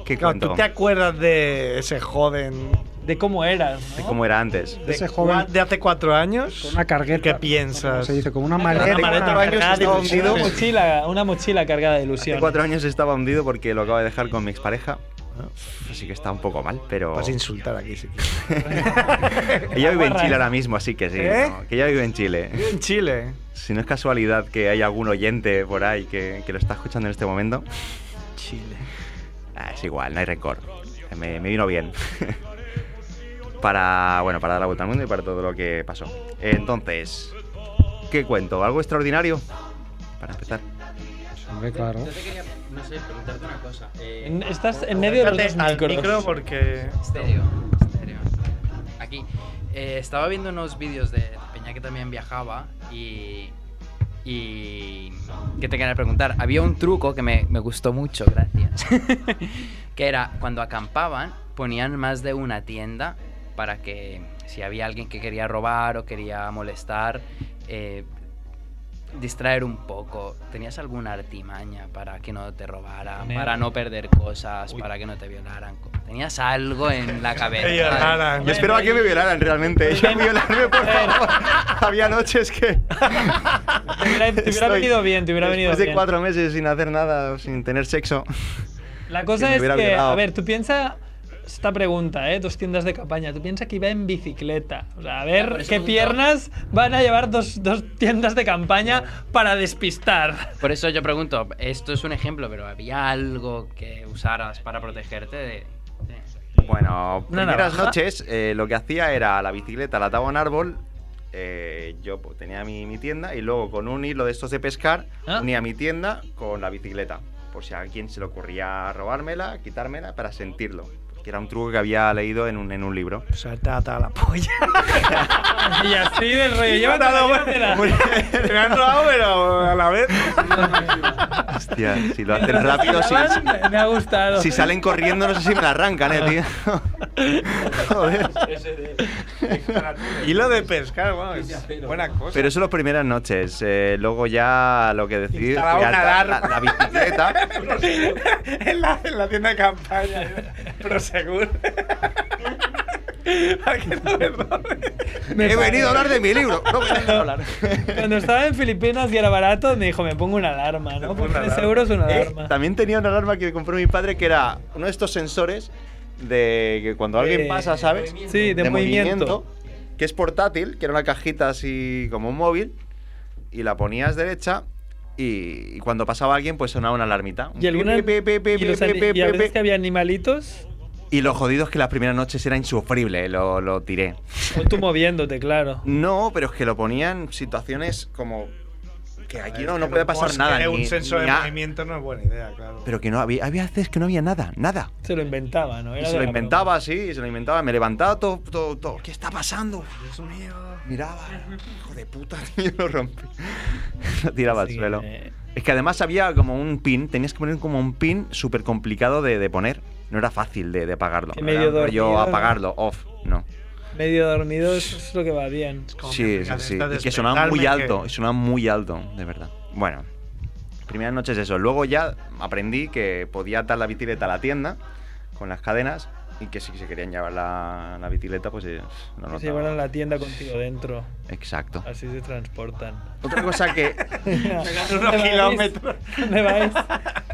[SPEAKER 4] ¿Qué
[SPEAKER 3] claro,
[SPEAKER 4] cuento?
[SPEAKER 3] tú te acuerdas de ese joven.
[SPEAKER 10] De cómo eras.
[SPEAKER 4] De cómo era antes.
[SPEAKER 3] De, ese joven. De hace cuatro años. Con
[SPEAKER 2] una cargueta.
[SPEAKER 3] ¿Qué piensas?
[SPEAKER 2] Se dice, como una maleta.
[SPEAKER 3] Una maleta cargada de
[SPEAKER 10] Una
[SPEAKER 3] ilusiones.
[SPEAKER 10] mochila, una mochila cargada de ilusión.
[SPEAKER 4] Hace cuatro años estaba hundido porque lo acabo de dejar con mi expareja. Así que está un poco mal, pero.
[SPEAKER 3] Ah. Vas a insultar aquí si quieres.
[SPEAKER 4] Ella vive en Chile ahora mismo, así que sí.
[SPEAKER 3] ¿Eh?
[SPEAKER 4] no, que ella vive en Chile.
[SPEAKER 3] Vive en Chile.
[SPEAKER 4] Si no es casualidad que hay algún oyente por ahí que, que lo está escuchando en este momento.
[SPEAKER 3] Chile.
[SPEAKER 4] Ah, es igual, no hay rencor. Me, me vino bien. para, bueno, para dar la vuelta al mundo y para todo lo que pasó. Entonces, ¿qué cuento? ¿Algo extraordinario? Para empezar.
[SPEAKER 2] Hombre, claro.
[SPEAKER 6] Yo te quería, no sé, preguntarte una cosa. Eh,
[SPEAKER 10] En- estás en medio de los
[SPEAKER 6] acércate
[SPEAKER 10] dos
[SPEAKER 6] al
[SPEAKER 10] micros.
[SPEAKER 6] micro
[SPEAKER 3] porque...
[SPEAKER 6] Estéreo.
[SPEAKER 11] Estéreo.
[SPEAKER 6] Aquí. Eh, estaba viendo unos vídeos de Peña que también viajaba y. Y.
[SPEAKER 11] ¿Qué te quería preguntar? Había un truco que me, me gustó mucho, gracias. que era cuando acampaban, ponían más de una tienda para que si había alguien que quería robar o quería molestar, eh, distraer un poco. ¿Tenías alguna artimaña para que no te robaran,
[SPEAKER 6] Tener-
[SPEAKER 11] para no perder cosas, para que no te violaran? ¿Tenías algo en la cabeza?
[SPEAKER 4] Yo esperaba que me violaran realmente. Yo violarme, por favor. Había noches que.
[SPEAKER 10] Te hubiera, te hubiera
[SPEAKER 4] Estoy-
[SPEAKER 10] venido bien, te hubiera venido
[SPEAKER 4] Después de
[SPEAKER 10] bien.
[SPEAKER 4] cuatro meses sin hacer nada, sin tener sexo.
[SPEAKER 10] La
[SPEAKER 4] que
[SPEAKER 10] cosa
[SPEAKER 4] me
[SPEAKER 10] es que,
[SPEAKER 4] hubiera violado.
[SPEAKER 10] a ver, tú piensa esta pregunta, ¿eh? Dos tiendas de campaña. Tú piensa que iba en bicicleta. O sea, a
[SPEAKER 6] Ya, Ah, por
[SPEAKER 10] ver
[SPEAKER 6] eso
[SPEAKER 10] qué
[SPEAKER 6] nunca-
[SPEAKER 10] piernas van a llevar dos, dos tiendas de campaña para despistar.
[SPEAKER 11] Por eso yo pregunto, esto es un ejemplo, pero ¿había algo que usaras para protegerte de...?
[SPEAKER 4] Bueno,
[SPEAKER 11] Una
[SPEAKER 4] primeras
[SPEAKER 11] navaja.
[SPEAKER 4] noches eh, lo que hacía era la bicicleta la ataba a un árbol. eh, yo pues, tenía mi, mi tienda y luego con un hilo de estos de pescar unía mi tienda con la bicicleta. Por si a alguien se le ocurría robármela, quitármela para sentirlo. Que era un truco que había leído en un, en un libro.
[SPEAKER 3] O sea, te ataba la polla.
[SPEAKER 10] y así del rollo. Llévatela, llévatela.
[SPEAKER 3] Me han robado, pero a la vez.
[SPEAKER 4] Hostia, si lo hacen rápido, si,
[SPEAKER 10] Me ha gustado.
[SPEAKER 4] si salen corriendo, no sé si me la arrancan, eh, tío. Joder.
[SPEAKER 3] Y lo de pescar, wow, es buena cosa.
[SPEAKER 4] Pero eso las primeras noches. eh, luego ya lo que decidí fue
[SPEAKER 3] Instalaba una
[SPEAKER 4] atar la,
[SPEAKER 3] alarma.
[SPEAKER 4] la bicicleta.
[SPEAKER 3] en, la, en la tienda de campaña. Prosegur.
[SPEAKER 4] He venido a hablar de mi libro. No me dejan hablar.
[SPEAKER 10] Cuando estaba en Filipinas y era barato, me dijo, me pongo una alarma, ¿no? Por 3 euros una
[SPEAKER 4] Eh,
[SPEAKER 10] alarma.
[SPEAKER 4] también tenía una alarma que me compró mi padre que era uno de estos sensores de que cuando alguien
[SPEAKER 10] Eh,
[SPEAKER 4] pasa, ¿sabes?
[SPEAKER 10] movimiento. Sí, de movimiento.
[SPEAKER 4] Que es portátil, que era una cajita así como un móvil y la ponías derecha y, y cuando pasaba alguien pues sonaba una alarmita.
[SPEAKER 10] Y alguna... y los ani- y a veces que había animalitos,
[SPEAKER 4] Y lo jodido es que las primeras noches era insufrible, eh, lo, lo tiré.
[SPEAKER 10] o tú moviéndote, claro.
[SPEAKER 4] No, pero es que lo ponían en situaciones como que aquí no, no puede pasar
[SPEAKER 14] Pues
[SPEAKER 4] nada.
[SPEAKER 14] que
[SPEAKER 4] ni-
[SPEAKER 14] un sensor
[SPEAKER 4] ni
[SPEAKER 14] de
[SPEAKER 4] a-
[SPEAKER 14] movimiento no es buena idea, claro.
[SPEAKER 4] pero que no había, había veces que no había nada, nada.
[SPEAKER 10] Se lo inventaba, ¿no?
[SPEAKER 4] Y
[SPEAKER 10] Era
[SPEAKER 4] se
[SPEAKER 10] de
[SPEAKER 4] lo
[SPEAKER 10] la
[SPEAKER 4] inventaba, sí, se lo inventaba. Me levantaba todo, todo, todo. ¿Qué está pasando?
[SPEAKER 14] Dios mío.
[SPEAKER 4] Miraba, hijo de puta. Yo lo rompí. Lo tiraba al suelo.
[SPEAKER 10] eh.
[SPEAKER 4] Es que además había como un pin, tenías que poner como un pin súper complicado de, de poner. No era fácil de, de apagarlo.
[SPEAKER 10] Que
[SPEAKER 4] No
[SPEAKER 10] medio
[SPEAKER 4] era un rollo
[SPEAKER 10] dormido, ¿no?
[SPEAKER 4] apagarlo, off, no.
[SPEAKER 10] Medio dormido, eso es lo que va bien.
[SPEAKER 4] Sí, sí, sí. Y que sonaba muy alto, y sonaba muy alto, de verdad. Bueno, primeras noches eso. Luego ya aprendí que podía atar la bitileta a la tienda con las cadenas y que si se querían llevar la, la bitileta, pues eh,
[SPEAKER 10] Que
[SPEAKER 4] no
[SPEAKER 10] se
[SPEAKER 4] notaba.
[SPEAKER 10] llevaron la tienda contigo dentro.
[SPEAKER 4] Exacto.
[SPEAKER 10] Así se transportan.
[SPEAKER 4] Otra cosa que.
[SPEAKER 10] unos
[SPEAKER 3] kilómetros.
[SPEAKER 10] ¿Dónde vais?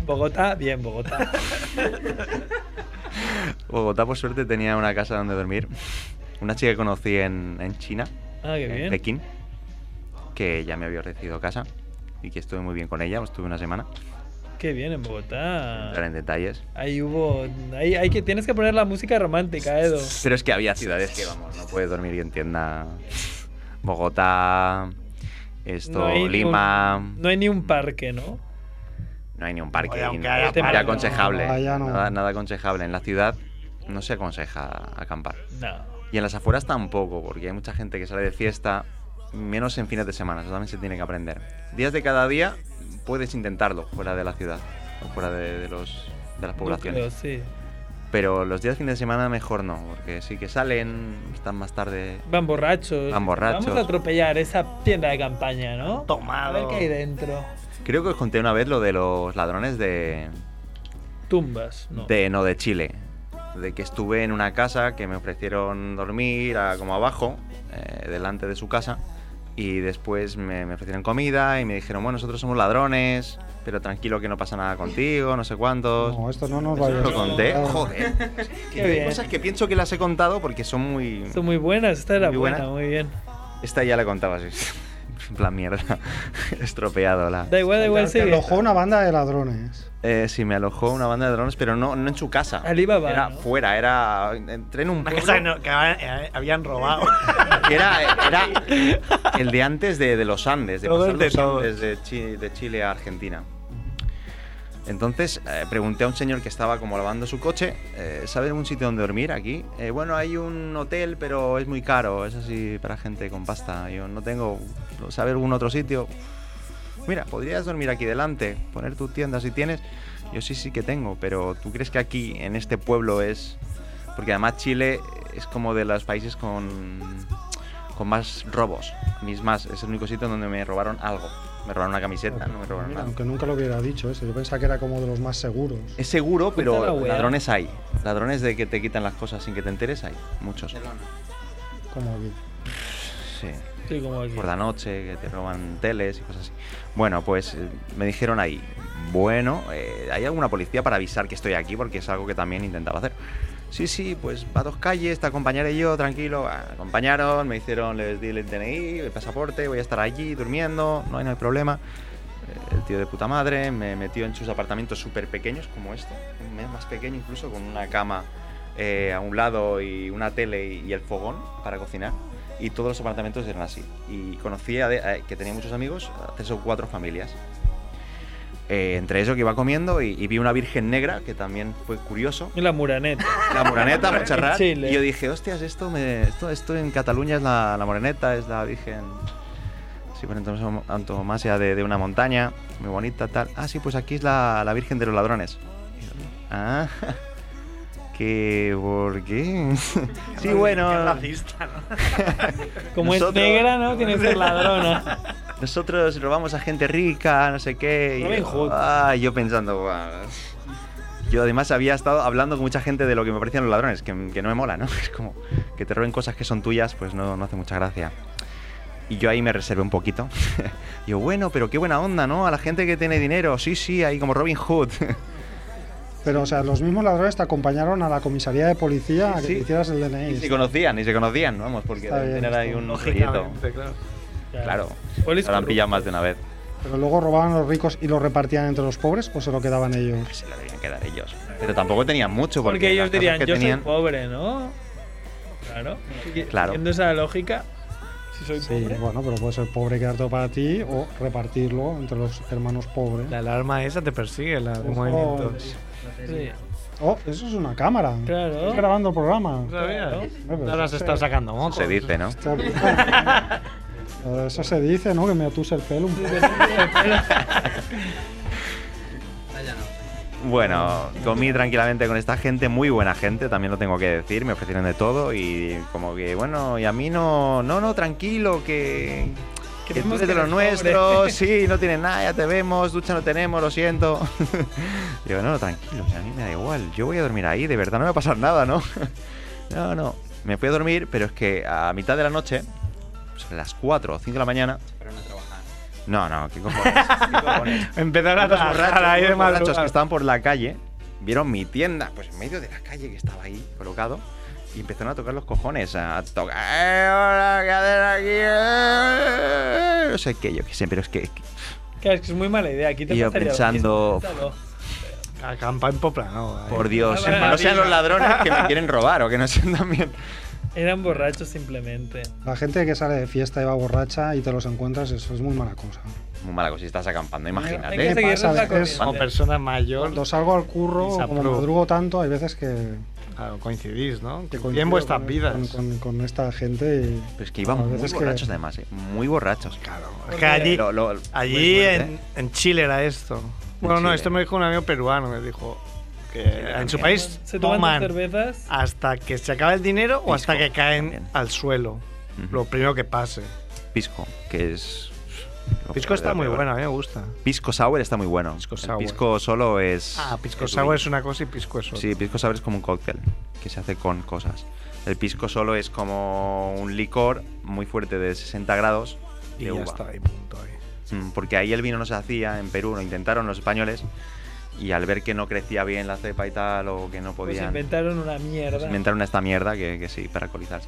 [SPEAKER 10] Bogotá, bien, Bogotá.
[SPEAKER 4] Bogotá, por suerte, tenía una casa donde dormir. Una chica que conocí en, en China.
[SPEAKER 10] Ah, qué
[SPEAKER 4] en
[SPEAKER 10] bien.
[SPEAKER 4] Pekín. Que ya me había ofrecido casa. Y que estuve muy bien con ella, estuve una semana.
[SPEAKER 10] Qué bien en Bogotá.
[SPEAKER 4] Entrar en detalles.
[SPEAKER 10] Ahí hubo. Ahí, hay que, tienes que poner la música romántica, Edo.
[SPEAKER 4] Pero es que había ciudades que, vamos, no puedes dormir en tienda. Bogotá, esto,
[SPEAKER 10] No hay
[SPEAKER 4] Lima.
[SPEAKER 10] un- no hay ni un parque, ¿no?
[SPEAKER 4] No hay ni un parque.
[SPEAKER 10] Oye,
[SPEAKER 4] y
[SPEAKER 10] aunque
[SPEAKER 4] no-
[SPEAKER 10] haya
[SPEAKER 4] no era
[SPEAKER 10] parque,
[SPEAKER 4] aconsejable.
[SPEAKER 10] no, allá no.
[SPEAKER 4] Nada, nada aconsejable. En la ciudad no se aconseja acampar.
[SPEAKER 10] No.
[SPEAKER 4] Y en las afueras tampoco, porque hay mucha gente que sale de fiesta, menos en fines de semana, eso también se tiene que aprender. Días de cada día puedes intentarlo fuera de la ciudad, o fuera de, de los, de las poblaciones.
[SPEAKER 10] Yo creo, sí.
[SPEAKER 4] Pero los días de fin de semana mejor no, porque sí que salen, están más tarde.
[SPEAKER 10] Van borrachos.
[SPEAKER 4] Van borrachos.
[SPEAKER 10] Vamos a atropellar esa tienda de campaña, ¿no? Tomado. A ver qué hay dentro.
[SPEAKER 4] Creo que os conté una vez lo de los ladrones de,
[SPEAKER 10] Tumbas, no.
[SPEAKER 4] de no de Chile de que estuve en una casa que me ofrecieron dormir a- como abajo eh, delante de su casa y después me, me ofrecieron comida y me dijeron bueno nosotros somos ladrones pero tranquilo que no pasa nada contigo no sé cuántos
[SPEAKER 2] No, esto no nos
[SPEAKER 4] Eso
[SPEAKER 2] va a
[SPEAKER 4] lo conté joder
[SPEAKER 10] Qué
[SPEAKER 4] hay
[SPEAKER 10] bien.
[SPEAKER 4] cosas que pienso que las he contado porque son muy
[SPEAKER 10] Son muy buenas, esta era
[SPEAKER 4] Muy
[SPEAKER 10] buena,
[SPEAKER 4] buena.
[SPEAKER 10] muy bien.
[SPEAKER 4] esta ya la contaba sí en plan mierda estropeado la
[SPEAKER 10] Da igual, da igual,
[SPEAKER 2] Te
[SPEAKER 10] sigue.
[SPEAKER 2] alojó una banda de ladrones.
[SPEAKER 4] Eh, sí, me alojó una banda de drones, pero no, no en su casa.
[SPEAKER 10] Alibaba,
[SPEAKER 4] Era fuera, era. Entré en un
[SPEAKER 14] Una
[SPEAKER 4] pueblo
[SPEAKER 14] casa que, no- que ha- eh, habían robado.
[SPEAKER 4] que era, era el de antes de, de los Andes, de
[SPEAKER 14] Todo
[SPEAKER 4] pasar
[SPEAKER 14] el de
[SPEAKER 4] los
[SPEAKER 14] todos.
[SPEAKER 4] Andes de, Chi- de Chile a Argentina. Entonces eh, pregunté a un señor que estaba como lavando su coche, eh, ¿sabe un sitio donde dormir aquí? Eh, bueno, hay un hotel, pero es muy caro, es así para gente con pasta. Yo no tengo, ¿sabe algún otro sitio? Mira, podrías dormir aquí delante, poner tu tienda si tienes. Yo sí, sí que tengo, pero ¿tú crees que aquí, en este pueblo, es...? Porque además Chile es como de los países con, con más robos. A mí es más, es el único sitio donde me robaron algo. Me robaron una camiseta, no me robaron
[SPEAKER 2] Mira,
[SPEAKER 4] nada.
[SPEAKER 2] aunque nunca lo hubiera dicho eso. Yo pensaba que era como de los más seguros.
[SPEAKER 4] Es seguro, pero
[SPEAKER 2] Cuenta la wea.
[SPEAKER 4] ladrones hay. Ladrones de que te quitan las cosas sin que te enteres hay. Muchos.
[SPEAKER 2] Como aquí.
[SPEAKER 4] Sí.
[SPEAKER 10] Sí, como aquí.
[SPEAKER 4] Por la noche, que te roban teles y cosas así. Bueno, pues eh, me dijeron ahí, bueno, eh, ¿hay alguna policía para avisar que estoy aquí? Porque es algo que también intentaba hacer. Sí, sí, pues va a dos calles, te acompañaré yo, tranquilo. Ah, Acompañaron, me hicieron, les di el DNI, el pasaporte, voy a estar allí durmiendo, no hay, no hay problema. Eh, El tío de puta madre me metió en sus apartamentos súper pequeños, como este, un mes más pequeño incluso, con una cama eh, a un lado y una tele y, y el fogón para cocinar. Y todos los apartamentos eran así. Y conocí a de- a- que tenía muchos amigos, a tres o cuatro familias. Eh, entre eso que iba comiendo y, y vi una virgen negra, que también fue curioso.
[SPEAKER 10] La Muraneta.
[SPEAKER 4] La Moraneta, Montserrat.
[SPEAKER 10] Chile.
[SPEAKER 4] Y yo dije, hostias, esto, me, esto, esto en Cataluña es la, la Moreneta, es la Virgen. Sí, por antonomasia- antonomasia de, de una montaña, muy bonita, tal. Ah, sí, pues aquí es la, la Virgen de los Ladrones. Ah, que por qué. sí,
[SPEAKER 14] Qué
[SPEAKER 4] bueno.
[SPEAKER 14] racista, ¿no?
[SPEAKER 10] Como es
[SPEAKER 4] Nosotros-
[SPEAKER 10] negra, ¿no? Tiene que ser ladrona.
[SPEAKER 4] Nosotros robamos a gente rica, no sé qué. y
[SPEAKER 10] Robin
[SPEAKER 4] yo,
[SPEAKER 10] Hood.
[SPEAKER 4] ah, yo pensando, "Buah". Yo además había estado hablando con mucha gente de lo que me parecían los ladrones, que, que no me mola, ¿no? Es como que te roben cosas que son tuyas, pues no, no hace mucha gracia. Y yo ahí me reservé un poquito. yo, bueno, pero qué buena onda, ¿no? A la gente que tiene dinero, sí, sí, ahí como Robin Hood.
[SPEAKER 2] Pero, o sea, los mismos ladrones te acompañaron a la comisaría de policía a que te hicieras el DNI.
[SPEAKER 4] ni se conocían, ni se conocían, vamos, porque
[SPEAKER 2] Está
[SPEAKER 4] deben
[SPEAKER 2] bien,
[SPEAKER 4] tener ahí
[SPEAKER 2] está
[SPEAKER 4] un
[SPEAKER 2] bien.
[SPEAKER 4] rollito.
[SPEAKER 2] Lógicamente,
[SPEAKER 4] Claro. Claro.
[SPEAKER 2] Polis
[SPEAKER 4] Lo han pillado más de una vez.
[SPEAKER 2] Pero luego robaban a los ricos y los repartían entre los pobres o se lo quedaban ellos.
[SPEAKER 4] Pues Se lo debían quedar ellos. Pero tampoco tenían mucho, porque,
[SPEAKER 10] Porque ellos
[SPEAKER 4] las cosas
[SPEAKER 10] dirían,
[SPEAKER 4] que
[SPEAKER 10] yo
[SPEAKER 4] tenían...
[SPEAKER 10] soy pobre, ¿no? Claro.
[SPEAKER 4] Claro.
[SPEAKER 10] Siguiendo esa lógica, si soy
[SPEAKER 2] Sí,
[SPEAKER 10] pobre.
[SPEAKER 2] bueno, pero puede ser pobre quedar todo para ti o repartirlo entre los hermanos pobres.
[SPEAKER 3] La alarma esa te persigue, la de
[SPEAKER 2] Ojo.
[SPEAKER 3] movimientos.
[SPEAKER 10] Sí.
[SPEAKER 2] Oh, eso es una cámara.
[SPEAKER 10] Claro.
[SPEAKER 2] Estás grabando el programa.
[SPEAKER 3] ¿Sabías?
[SPEAKER 2] pero
[SPEAKER 3] Ahora
[SPEAKER 2] eso
[SPEAKER 3] has estado sacando mocos.
[SPEAKER 4] pues, Se dice, ¿no?
[SPEAKER 2] Pero Eso se dice, ¿no? Que me atuse el pelo un poco.
[SPEAKER 4] Bueno, comí tranquilamente con esta gente, muy buena gente, también lo tengo que decir, me ofrecieron de todo y como que, bueno, y a mí no, no, no, tranquilo, que, que tú
[SPEAKER 14] vemos
[SPEAKER 4] eres
[SPEAKER 14] que
[SPEAKER 4] de los
[SPEAKER 14] eres pobre.
[SPEAKER 4] nuestros, sí, no tienes nada, ya te vemos, ducha no tenemos, lo siento. Digo, no, no, tranquilo, a mí me da igual, yo voy a dormir ahí, de verdad no me va a pasar nada, ¿no? No, no, me fui a dormir, pero es que a mitad de la noche, sobre las 4 o 5 de la mañana... No, no, qué cojones.
[SPEAKER 3] Empezaron a
[SPEAKER 4] Unos
[SPEAKER 3] trabajar
[SPEAKER 4] borrachos,
[SPEAKER 3] ahí de
[SPEAKER 4] unos borrachos
[SPEAKER 3] madrugada.
[SPEAKER 4] que estaban por la calle vieron mi tienda, pues en medio de la calle que estaba ahí colocado, y empezaron a tocar los cojones, a tocar. "Eh, hola, ¿qué hacen aquí? Eh", No sé qué, yo qué sé, pero es que.
[SPEAKER 10] Claro, es que es muy mala idea. Aquí te
[SPEAKER 4] Y yo
[SPEAKER 10] pasaría lo
[SPEAKER 4] pensando,
[SPEAKER 10] mismo.
[SPEAKER 3] Acampa en Poplano. ahí.
[SPEAKER 4] Por Dios,
[SPEAKER 10] Ah, vale,
[SPEAKER 4] no
[SPEAKER 10] avisa.
[SPEAKER 4] sean los ladrones que me quieren robar o que no sean también.
[SPEAKER 10] Eran borrachos simplemente.
[SPEAKER 2] La gente que sale de fiesta y va borracha y te los encuentras, eso es muy mala cosa.
[SPEAKER 4] Muy mala cosa, si estás acampando, imagínate.
[SPEAKER 2] que seguir
[SPEAKER 4] Pasa
[SPEAKER 2] la
[SPEAKER 4] de-
[SPEAKER 2] corriente.
[SPEAKER 4] cuando-
[SPEAKER 3] Como persona mayor.
[SPEAKER 2] Cuando salgo al curro,
[SPEAKER 3] Esa
[SPEAKER 2] como
[SPEAKER 3] pro.
[SPEAKER 2] madrugo tanto, hay veces que.
[SPEAKER 3] Claro, coincidís, ¿no?
[SPEAKER 2] que
[SPEAKER 3] Y en
[SPEAKER 2] coincido
[SPEAKER 3] vuestras
[SPEAKER 2] con-
[SPEAKER 3] vidas. Pues,
[SPEAKER 2] Con, con- con esta gente. Y,
[SPEAKER 4] Pero es que iban
[SPEAKER 2] a
[SPEAKER 4] muy
[SPEAKER 2] veces que-
[SPEAKER 4] borrachos, además, ¿eh? muy borrachos. Claro,
[SPEAKER 3] Es que allí, allí
[SPEAKER 4] fuerte, ¿eh?
[SPEAKER 3] en, en Chile era esto. Bueno, no,
[SPEAKER 4] Chile.
[SPEAKER 3] esto me dijo un amigo peruano, me dijo que en su
[SPEAKER 10] también.
[SPEAKER 3] país
[SPEAKER 10] Se toman
[SPEAKER 3] toman Ah,
[SPEAKER 10] dos cervezas.
[SPEAKER 3] hasta que se acaba el dinero o hasta que caen al suelo. Lo primero que pase.
[SPEAKER 4] Pisco, que es.
[SPEAKER 3] Pisco
[SPEAKER 4] lo peor de
[SPEAKER 3] está
[SPEAKER 4] lo
[SPEAKER 3] muy
[SPEAKER 4] peor.
[SPEAKER 3] bueno, a mí me gusta.
[SPEAKER 4] Pisco sour está muy bueno. Pisco
[SPEAKER 3] sour.
[SPEAKER 4] pisco solo es.
[SPEAKER 3] Ah, pisco
[SPEAKER 4] es
[SPEAKER 3] sour
[SPEAKER 4] dulce.
[SPEAKER 3] es una cosa y pisco es otra.
[SPEAKER 4] Sí, pisco sour es como un cóctel que se hace con cosas. El pisco solo es como un licor muy fuerte de 60 grados
[SPEAKER 3] y
[SPEAKER 4] de
[SPEAKER 3] ya
[SPEAKER 4] uva.
[SPEAKER 3] está, y punto. ahí.
[SPEAKER 4] Mm, Porque ahí el vino no se hacía en Perú, lo intentaron los españoles y al ver que no crecía bien la cepa y tal o que no
[SPEAKER 10] Pues
[SPEAKER 4] podían,
[SPEAKER 10] inventaron una mierda.
[SPEAKER 4] pues inventaron esta mierda que, que sí, para alcoholizarse,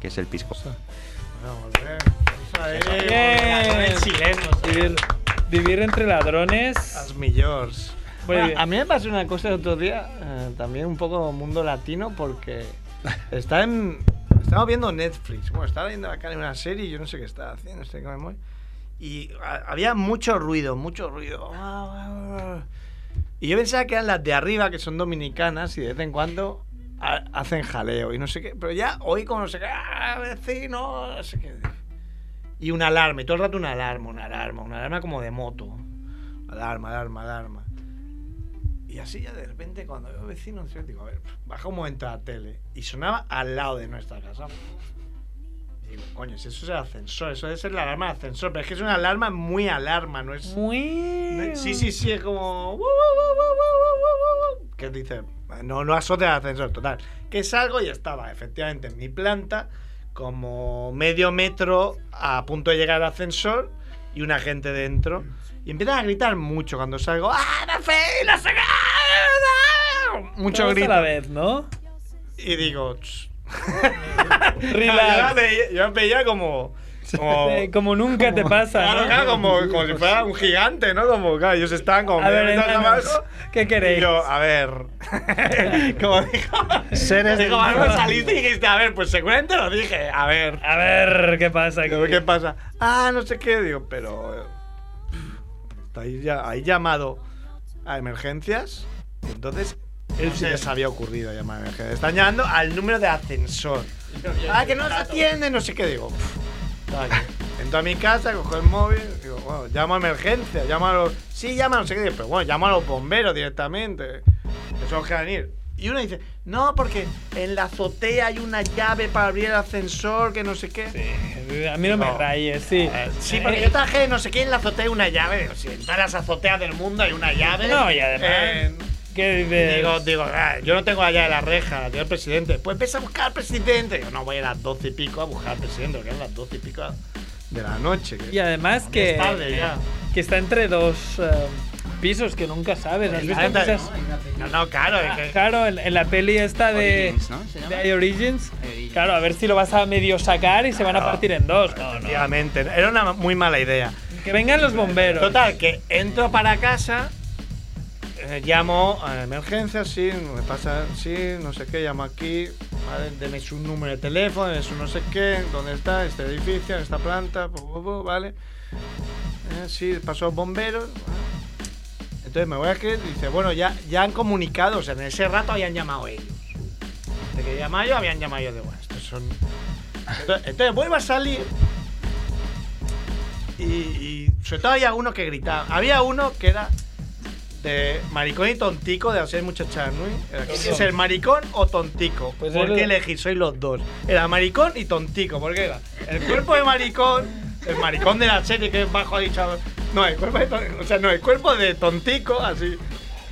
[SPEAKER 4] que es el pisco.
[SPEAKER 3] ¿eh?
[SPEAKER 10] Bien. Vivir, vivir entre ladrones.
[SPEAKER 3] Las millors.
[SPEAKER 10] Muy
[SPEAKER 3] Bueno,
[SPEAKER 10] bien.
[SPEAKER 3] Ah, a mí me pasó una cosa el otro día, eh, también un poco mundo latino, porque está en, estaba viendo Netflix. Bueno, estaba viendo acá en una serie, yo no sé qué estaba haciendo, no sé qué me mueve, Y a- había mucho ruido, mucho ruido. Y yo pensaba que eran las de arriba, que son dominicanas, y de vez en cuando ha- hacen jaleo y no sé qué. Pero ya hoy como no sé qué, "Ah, vecino, no sé qué. Y una alarma, y todo el rato una alarma, una alarma, una alarma como de moto. Alarma, alarma, alarma. Y así ya de repente cuando veo vecinos, yo digo, a ver, baja un momento la tele. Y sonaba al lado de nuestra casa. Y digo, coño, si eso es el ascensor, eso debe ser la alarma del ascensor. Pero es que es una alarma muy alarma, no es... Muy... Sí, sí, sí, es como... "Wu, wu, wu, wu, wu, wu, wu", Que dice, no, no azote al ascensor, total. Que salgo y estaba efectivamente en mi planta, como medio metro a punto de llegar al ascensor y una gente dentro. Y empiezan a gritar mucho cuando salgo. ¡Ah, no sé, no sé qué! Mucho
[SPEAKER 10] Todos
[SPEAKER 3] grito.
[SPEAKER 10] a la vez, ¿no?
[SPEAKER 3] Y digo, "Ch".
[SPEAKER 10] Relax.
[SPEAKER 3] yo, me veía, yo me veía como. eh, Como,
[SPEAKER 10] Eh, Como nunca te pasa,
[SPEAKER 3] claro,
[SPEAKER 10] ¿no?
[SPEAKER 3] claro, como, como si fuera un gigante, ¿no? Como, claro, ellos estaban como.
[SPEAKER 10] A ver,
[SPEAKER 3] medio metro
[SPEAKER 10] enanos,
[SPEAKER 3] abajo.
[SPEAKER 10] ¿Qué queréis?
[SPEAKER 3] Y yo, ah, a ver. como dijo.
[SPEAKER 2] Seres de
[SPEAKER 3] dijo, algo
[SPEAKER 2] infierno.
[SPEAKER 3] saliste y dijiste, a ver, pues seguramente lo dije, a ver.
[SPEAKER 10] A ver, ¿qué pasa?
[SPEAKER 3] Digo, ¿Qué pasa? Ah, no sé qué, digo, pero. eh, Ahí ya, hay llamado a emergencias. y Entonces, no se les había ocurrido llamar a emergencias. Están llamando al número de ascensor. Ah, que no se atiende, no sé qué, digo. Entro a mi casa, cojo el móvil, digo, bueno, llamo a emergencia, llamo a los. Sí, llama, no sé qué, pero bueno, llamo a los bomberos directamente. Que son los que van a ir. Y uno dice, no, porque en la azotea hay una llave para abrir el ascensor, que no sé qué.
[SPEAKER 10] A mí no, me rayes, sí.
[SPEAKER 3] Sí, porque Eh, yo traje no sé quién la azotea una llave. Digo, Si en todas las azoteas del mundo hay una llave.
[SPEAKER 10] No, y además- pues-
[SPEAKER 3] eh,
[SPEAKER 10] ¿Qué dices?
[SPEAKER 3] Digo, digo, "Ah, yo no tengo allá de la reja, la tiene el presidente. Pues ves a buscar al presidente. Yo no voy a las doce y pico a buscar al presidente, porque a las doce y pico de la noche. que-
[SPEAKER 10] Y además que, eh,
[SPEAKER 3] Es tarde ¿eh? ya.
[SPEAKER 10] que está entre dos eh, pisos que nunca sabes. ¿Has visto
[SPEAKER 3] Ahí está-
[SPEAKER 10] muchas-
[SPEAKER 3] No, no, claro. es que-
[SPEAKER 10] Claro, en, en la peli esta de,
[SPEAKER 3] Origins, ¿no? ¿Se llama?
[SPEAKER 10] de Origins. Claro, a ver si lo vas a medio sacar y se van a partir en dos. No, no.
[SPEAKER 3] Efectivamente, era una muy mala idea.
[SPEAKER 10] Que vengan los bomberos.
[SPEAKER 3] Total, que entro para casa, eh, llamo a la emergencia, sí, me pasa, sí, no sé qué, llamo aquí, vale, deme su número de teléfono, deme su no sé qué, dónde está, este edificio, esta planta, pu, pu, pu, vale. Eh, sí, pasó bomberos. Entonces me voy a escribir y dice, bueno, ya, ya han comunicado, o sea, en ese rato habían llamado ellos. De que llamaba yo, habían llamado yo de bueno, estos son. Entonces, entonces vuelvo a salir. Y, y sobre todo había uno que gritaba. Había uno que era de maricón y tontico de hacer muchachas, ¿no? Era que, ¿Es el maricón o tontico?
[SPEAKER 10] Pues
[SPEAKER 3] ¿Por
[SPEAKER 10] era-
[SPEAKER 3] qué elegí? Soy los dos. Era maricón y tontico, porque era el cuerpo de maricón, el maricón de la serie que es bajo ahí, chaval. No, el cuerpo de ton- o sea, no, el cuerpo de tontico, así,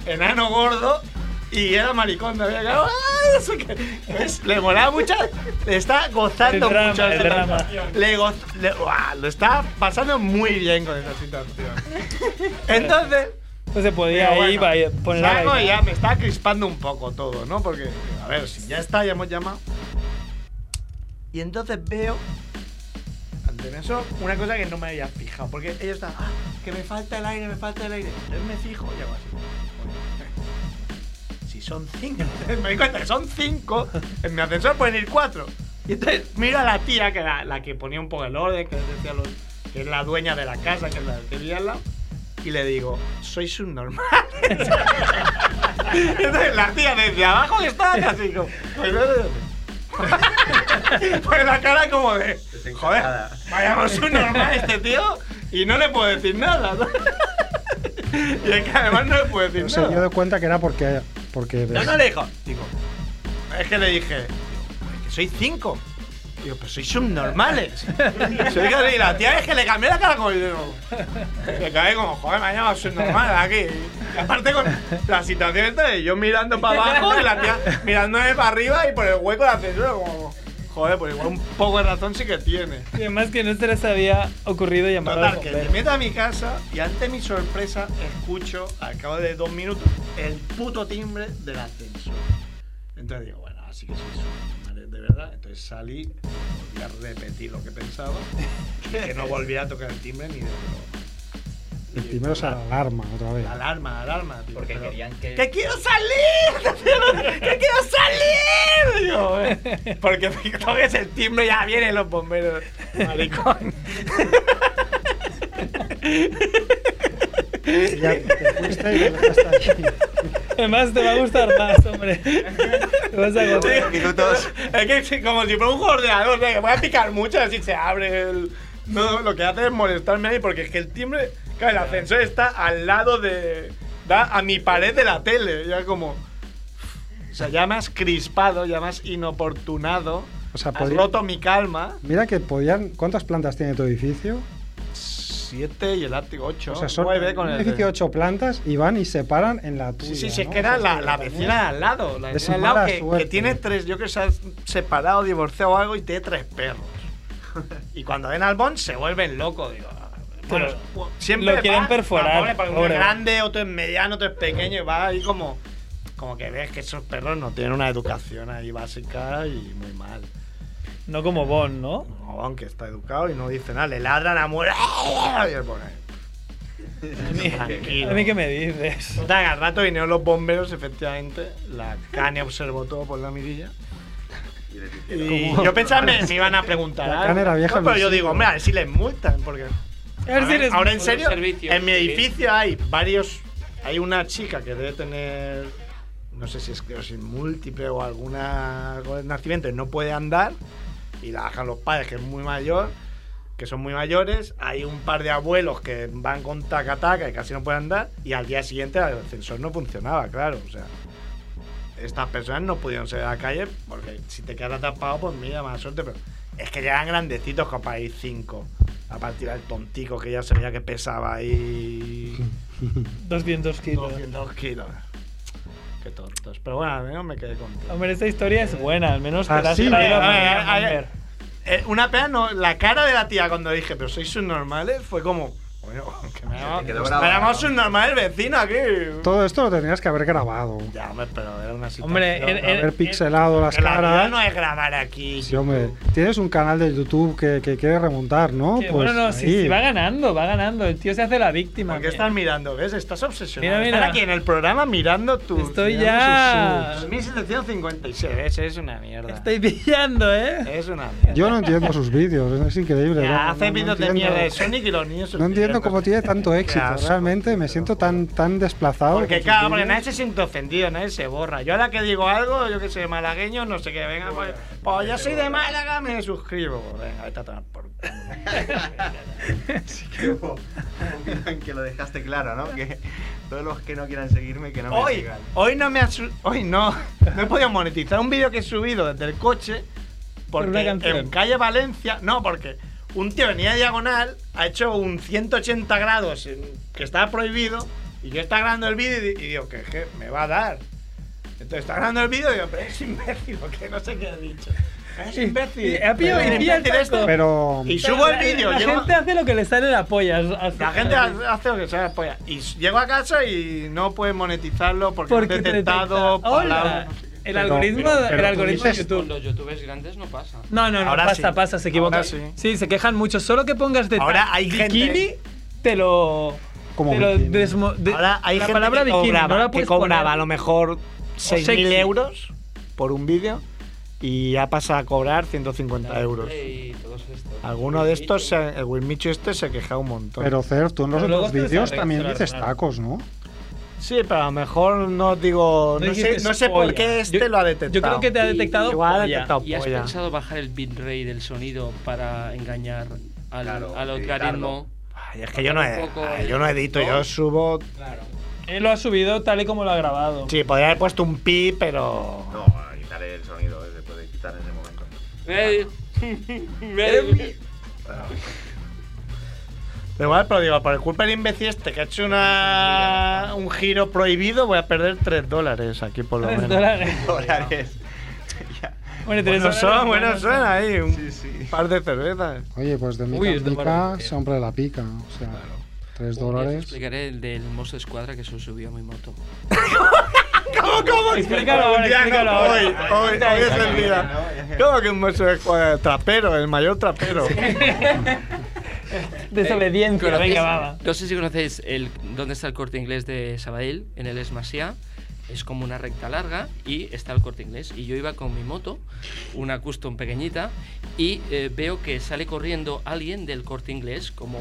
[SPEAKER 3] enano gordo, y era maricón, me había quedado, ¡ah! no sé qué. ¿Ves? Le molaba mucho, le está gozando
[SPEAKER 10] El drama,
[SPEAKER 3] mucho a
[SPEAKER 10] el
[SPEAKER 3] esta
[SPEAKER 10] drama.
[SPEAKER 3] situación. Le goz- le- ¡guau! lo está pasando muy bien con esta situación. Entonces,
[SPEAKER 10] No Pues se podía
[SPEAKER 3] Digo,
[SPEAKER 10] ir
[SPEAKER 3] bueno,
[SPEAKER 10] a poner a
[SPEAKER 3] salgo y
[SPEAKER 10] bailar.
[SPEAKER 3] ya me está crispando un poco todo, ¿no? Porque, a ver, si ya está, ya hemos llamado. Y entonces veo ante eso una cosa que no me había fijado, porque ellos están, ah, que me falta el aire, me falta el aire. Entonces me fijo y hago así. Si son cinco, me di cuenta que son cinco, en mi ascensor pueden ir cuatro. Y entonces miro a la tía, que era la que ponía un poco el orden, que decía los- que es la dueña de la casa, que es la que vivía al lado, y le digo, soy subnormal. Entonces la tía desde abajo está casi como. Pues, pues la cara como de. Joder, vayamos un normal este tío y no le puedo decir nada. ¿no? Y es que además no le puedo decir
[SPEAKER 2] Pero se
[SPEAKER 3] nada.
[SPEAKER 2] dio de cuenta que era porque. porque
[SPEAKER 3] No, no le dijo. Digo, es que le dije, digo, es que soy cinco. Digo, pero sois subnormales. Soy que- y la tía es que le cambié la cara como digo. Le cae como, joder, me ha llamado subnormal aquí. Y aparte con la situación esta de yo mirando para abajo y la tía mirándome para arriba y por el hueco de la censura como. Joder, pues igual un poco de razón sí que tiene.
[SPEAKER 10] Y además que no se les había ocurrido llamar a
[SPEAKER 3] Total,
[SPEAKER 10] los
[SPEAKER 3] que me
[SPEAKER 10] bomberos.
[SPEAKER 3] meto a mi casa y ante mi sorpresa escucho, al cabo de dos minutos, el puto timbre del ascensor. Entonces digo, bueno, así que sí, soy normal, de verdad. Entonces salí, volví a repetir lo que pensaba, y que no volviera a tocar el timbre ni de broma.
[SPEAKER 2] El primero es la alarma otra vez.
[SPEAKER 3] Alarma, alarma. tío,
[SPEAKER 6] Porque
[SPEAKER 3] pero-
[SPEAKER 6] querían que.
[SPEAKER 3] ¡Que quiero salir! ¡Que quiero salir! Digo, eh, porque me toques el timbre ya vienen los bomberos. Maricón.
[SPEAKER 2] Ya te fuiste y te dejaste aquí.
[SPEAKER 10] Además te va a gustar más, hombre. Te vas a gozar.
[SPEAKER 3] Es que si- como si fuera un ordenador, de que voy a picar mucho, así se abre el. No, lo que hace es molestarme ahí, porque es que el timbre. Claro, el ascensor está al lado de. Da a mi pared de la tele, ya como. O sea, ya me has crispado, ya me has inoportunado.
[SPEAKER 2] O sea,
[SPEAKER 3] has
[SPEAKER 2] podía-
[SPEAKER 3] roto mi calma.
[SPEAKER 2] Mira que podían. ¿Cuántas plantas tiene tu edificio?
[SPEAKER 3] Siete y el ático, ocho.
[SPEAKER 2] O sea, son
[SPEAKER 3] nueve con
[SPEAKER 2] un
[SPEAKER 3] el.
[SPEAKER 2] edificio de ocho plantas y van y se paran en la tuya.
[SPEAKER 3] Sí, sí, sí, es
[SPEAKER 2] ¿no?
[SPEAKER 3] que era la, la vecina de al lado. La
[SPEAKER 2] Es
[SPEAKER 3] vecina de al
[SPEAKER 2] mala
[SPEAKER 3] lado que,
[SPEAKER 2] suerte.
[SPEAKER 3] que tiene tres, yo creo que se ha separado, divorciado o algo y tiene tres perros. Y cuando ven al Bond se vuelven locos, digo. "Ah,
[SPEAKER 10] Pero
[SPEAKER 3] bueno, siempre
[SPEAKER 10] lo quieren
[SPEAKER 3] va-
[SPEAKER 10] perforar,
[SPEAKER 3] va, pobre, porque uno
[SPEAKER 10] pobre.
[SPEAKER 3] es grande, otro es mediano, otro es pequeño y va ahí como. Como que ves que esos perros no tienen una educación ahí básica y muy mal.
[SPEAKER 10] No como Bon, ¿no?
[SPEAKER 3] No, aunque está educado y no dice nada, le ladran a muerte. Y el Bond ahí. Tranquilo.
[SPEAKER 10] A mí qué me dices.
[SPEAKER 3] Total, al rato vinieron los bomberos, efectivamente. La Cane observó todo por la mirilla. Y
[SPEAKER 2] ¿Cómo?
[SPEAKER 3] yo pensaba que me iban a preguntar.
[SPEAKER 2] La
[SPEAKER 3] algo.
[SPEAKER 2] Cane era vieja
[SPEAKER 3] No, pero
[SPEAKER 2] del
[SPEAKER 3] yo
[SPEAKER 2] siglo.
[SPEAKER 3] digo, hombre, a ver si les multan. Porque.
[SPEAKER 10] A ver si les
[SPEAKER 3] ahora, en
[SPEAKER 10] multan.
[SPEAKER 3] serio,
[SPEAKER 10] Por el servicio,
[SPEAKER 3] en mi
[SPEAKER 10] sí.
[SPEAKER 3] edificio hay varios. Hay una chica que debe tener. No sé si es esclerosis múltiple o alguna algo de nacimiento y no puede andar. Y la dejan los padres, que es muy mayor que son muy mayores, hay un par de abuelos que van con taca-taca y casi no pueden andar, y al día siguiente el ascensor no funcionaba, claro, o sea. Estas personas no pudieron salir a la calle porque si te quedas atrapado, pues mira, mala suerte, pero es que ya eran grandecitos como para ir cinco. A partir del tontico que ya se veía que pesaba ahí
[SPEAKER 10] 200 kilos.
[SPEAKER 3] 200 kilos. Qué tontos. Pero bueno, al menos me quedé contento.
[SPEAKER 10] Hombre, esta historia es buena, al
[SPEAKER 2] Ah,
[SPEAKER 10] menos te la has
[SPEAKER 3] Así,
[SPEAKER 10] traído a
[SPEAKER 3] eh, eh,
[SPEAKER 10] María
[SPEAKER 3] eh,
[SPEAKER 10] Amber.
[SPEAKER 3] eh, Una pena, no, la cara de la tía cuando dije, pero sois subnormales, fue como, bueno, que me
[SPEAKER 4] te quedó
[SPEAKER 3] hagamos-
[SPEAKER 4] brava.
[SPEAKER 3] me hagamos subnormal vecino aquí.
[SPEAKER 2] Todo esto lo tendrías que haber grabado.
[SPEAKER 3] Ya, hombre, pero era una situación.
[SPEAKER 2] en- en- Haber pixelado las
[SPEAKER 3] en la vida
[SPEAKER 2] caras. ¿eh?
[SPEAKER 3] no es grabar aquí.
[SPEAKER 2] Sí, hombre. Tienes un canal de YouTube que, que quieres remontar, ¿no? Pues
[SPEAKER 10] Que bueno, no, si,
[SPEAKER 2] ahí.
[SPEAKER 10] si va ganando, va ganando. El tío se hace la víctima.
[SPEAKER 3] ¿Por qué estás mirando? ¿Ves? Estás obsesionado.
[SPEAKER 10] Mira, mira.
[SPEAKER 3] Están aquí en el programa mirando tu.
[SPEAKER 10] Estoy
[SPEAKER 3] mirando
[SPEAKER 10] ya-
[SPEAKER 3] sus subs. 1756, es- es una mierda.
[SPEAKER 10] Estoy pillando, ¿eh?
[SPEAKER 3] Es una mierda.
[SPEAKER 2] Yo no entiendo sus vídeos, es increíble.
[SPEAKER 3] Ya,
[SPEAKER 2] ¿no? No-
[SPEAKER 3] hace
[SPEAKER 2] no
[SPEAKER 3] vídeos de
[SPEAKER 2] entiendo-
[SPEAKER 3] mierda de Sonic y los niños.
[SPEAKER 2] No entiendo
[SPEAKER 3] subscriben.
[SPEAKER 2] cómo tiene tanto éxito.
[SPEAKER 3] asco,
[SPEAKER 2] Realmente me siento tan, tan desplazado.
[SPEAKER 3] Porque
[SPEAKER 2] con sus
[SPEAKER 3] claro, porque
[SPEAKER 2] vídeos.
[SPEAKER 3] nadie se siente ofendido, nadie se borra. Yo a la que digo algo, yo que soy malagueño, no sé qué, venga, pues, pues yo soy de Málaga, me suscribo. Venga, vete a tomar por culo.
[SPEAKER 4] Así que hubo- hubo un plan que lo dejaste claro, ¿no? Que todos los que no quieran seguirme, que no me
[SPEAKER 3] Hoy,
[SPEAKER 4] sigan.
[SPEAKER 3] hoy no me ha su- hoy no, no he podido monetizar un vídeo que he subido desde el coche porque
[SPEAKER 10] Por una canción.
[SPEAKER 3] en calle Valencia, no, porque un tío venía diagonal, ha hecho un 180 grados en- que estaba prohibido y yo estaba grabando el vídeo y, di- y digo que je, me va a dar. Entonces está grabando el vídeo y digo, pero es imbécil, o que no sé qué ha dicho. Es imbécil.
[SPEAKER 10] y ha pillado-
[SPEAKER 3] Pero
[SPEAKER 10] y pilla el
[SPEAKER 3] imbécil
[SPEAKER 10] taco.
[SPEAKER 3] esto.
[SPEAKER 2] Pero.
[SPEAKER 3] Y subo el
[SPEAKER 10] La-
[SPEAKER 3] vídeo,
[SPEAKER 10] La,
[SPEAKER 3] llevo-
[SPEAKER 10] gente hace lo que le sale la polla.
[SPEAKER 3] La gente hace lo que se la polla. Y llego a casa y no puedes monetizarlo porque, no
[SPEAKER 10] Porque te
[SPEAKER 3] te he detectado
[SPEAKER 10] detecta. Hola.
[SPEAKER 3] palabras, no sé qué.
[SPEAKER 10] El algoritmo- el
[SPEAKER 9] tú
[SPEAKER 10] algoritmo de
[SPEAKER 9] dices-
[SPEAKER 10] YouTube.
[SPEAKER 9] Pues Con los youtubers grandes no pasa.
[SPEAKER 10] No, no, no,
[SPEAKER 3] Ahora
[SPEAKER 10] pasa,
[SPEAKER 3] sí.
[SPEAKER 10] pasa, se equivoca.
[SPEAKER 3] Ahora sí.
[SPEAKER 10] se quejan mucho. Solo que pongas de
[SPEAKER 3] Ahora hay gente-
[SPEAKER 10] bikini, te lo.
[SPEAKER 2] Como
[SPEAKER 10] te lo
[SPEAKER 2] bikini.
[SPEAKER 10] desmo- de-
[SPEAKER 3] Ahora hay
[SPEAKER 10] la
[SPEAKER 3] gente
[SPEAKER 10] palabra
[SPEAKER 3] que
[SPEAKER 10] bikini,
[SPEAKER 3] cobraba,
[SPEAKER 10] no la
[SPEAKER 3] que
[SPEAKER 10] puedes
[SPEAKER 3] cobraba
[SPEAKER 10] poner.
[SPEAKER 3] a lo mejor
[SPEAKER 10] sexy.
[SPEAKER 3] 6.000 euros por un vídeo y ya pasa a cobrar 150 euros.
[SPEAKER 9] Y todos estos.
[SPEAKER 3] Alguno de estos, se- el Wilmichu este se queja un montón.
[SPEAKER 2] Pero, Cerf, tú en los
[SPEAKER 3] Pero luego
[SPEAKER 2] otros
[SPEAKER 3] te
[SPEAKER 2] vídeos
[SPEAKER 3] desarreglas
[SPEAKER 2] también
[SPEAKER 3] el
[SPEAKER 2] dices
[SPEAKER 3] armario.
[SPEAKER 2] tacos, ¿no?
[SPEAKER 3] Sí, pero a lo mejor no digo. No, sé,
[SPEAKER 10] dijiste
[SPEAKER 3] no sé por
[SPEAKER 10] polla.
[SPEAKER 3] qué este lo ha detectado.
[SPEAKER 10] Yo creo que te ha detectado.
[SPEAKER 3] Igual ha
[SPEAKER 10] polla.
[SPEAKER 3] detectado
[SPEAKER 9] ¿Y has
[SPEAKER 3] polla.
[SPEAKER 9] pensado bajar el bitrate del sonido para engañar al,
[SPEAKER 4] Claro,
[SPEAKER 9] al
[SPEAKER 4] editarlo.
[SPEAKER 9] algoritmo?
[SPEAKER 3] Ay, es que yo no,
[SPEAKER 9] Un
[SPEAKER 3] he-
[SPEAKER 9] poco
[SPEAKER 3] ay,
[SPEAKER 9] el-
[SPEAKER 3] yo no edito, yo subo.
[SPEAKER 10] Él lo ha subido tal y como lo ha grabado.
[SPEAKER 3] Sí, podría haber puesto un pi, pero.
[SPEAKER 4] No, quitaré el sonido, eh, se puede quitar en ese momento.
[SPEAKER 9] Ey, ey.
[SPEAKER 3] Da igual, pero digo, por el culpa del imbécil este que ha hecho una, un giro prohibido, voy a perder 3 dólares aquí por lo
[SPEAKER 10] Tres
[SPEAKER 3] menos.
[SPEAKER 10] dólares.
[SPEAKER 4] Dólares.
[SPEAKER 10] Bueno, tres
[SPEAKER 3] Bueno,
[SPEAKER 10] dólares,
[SPEAKER 3] son,
[SPEAKER 10] bueno,
[SPEAKER 3] bueno,
[SPEAKER 10] son.
[SPEAKER 3] suena ahí. Un par de cervezas.
[SPEAKER 2] Oye, pues de mica
[SPEAKER 9] Uy,
[SPEAKER 2] en
[SPEAKER 9] esto
[SPEAKER 2] mica
[SPEAKER 9] parece
[SPEAKER 2] siempre la pica. O sea, tres
[SPEAKER 9] Ya te
[SPEAKER 2] dólares.
[SPEAKER 9] explicaré el del mozo escuadra que se subió a mi moto.
[SPEAKER 3] ¿Cómo, cómo?
[SPEAKER 10] Explícalo ahora,
[SPEAKER 3] Un día
[SPEAKER 10] explícalo
[SPEAKER 3] no,
[SPEAKER 10] ahora.
[SPEAKER 3] Hoy, hoy, hoy es el día. ¿Cómo que un mozo de cua- trapero, el mayor trapero?
[SPEAKER 10] Desobediencia,
[SPEAKER 9] ¿Conocéis-
[SPEAKER 10] venga, va, va.
[SPEAKER 9] No sé si conocéis el dónde está el corte inglés de Sabadell, en el Esmasía. Es como una recta larga y está el corte inglés. Y yo iba con mi moto, una custom pequeñita, y eh, veo que sale corriendo alguien del corte inglés como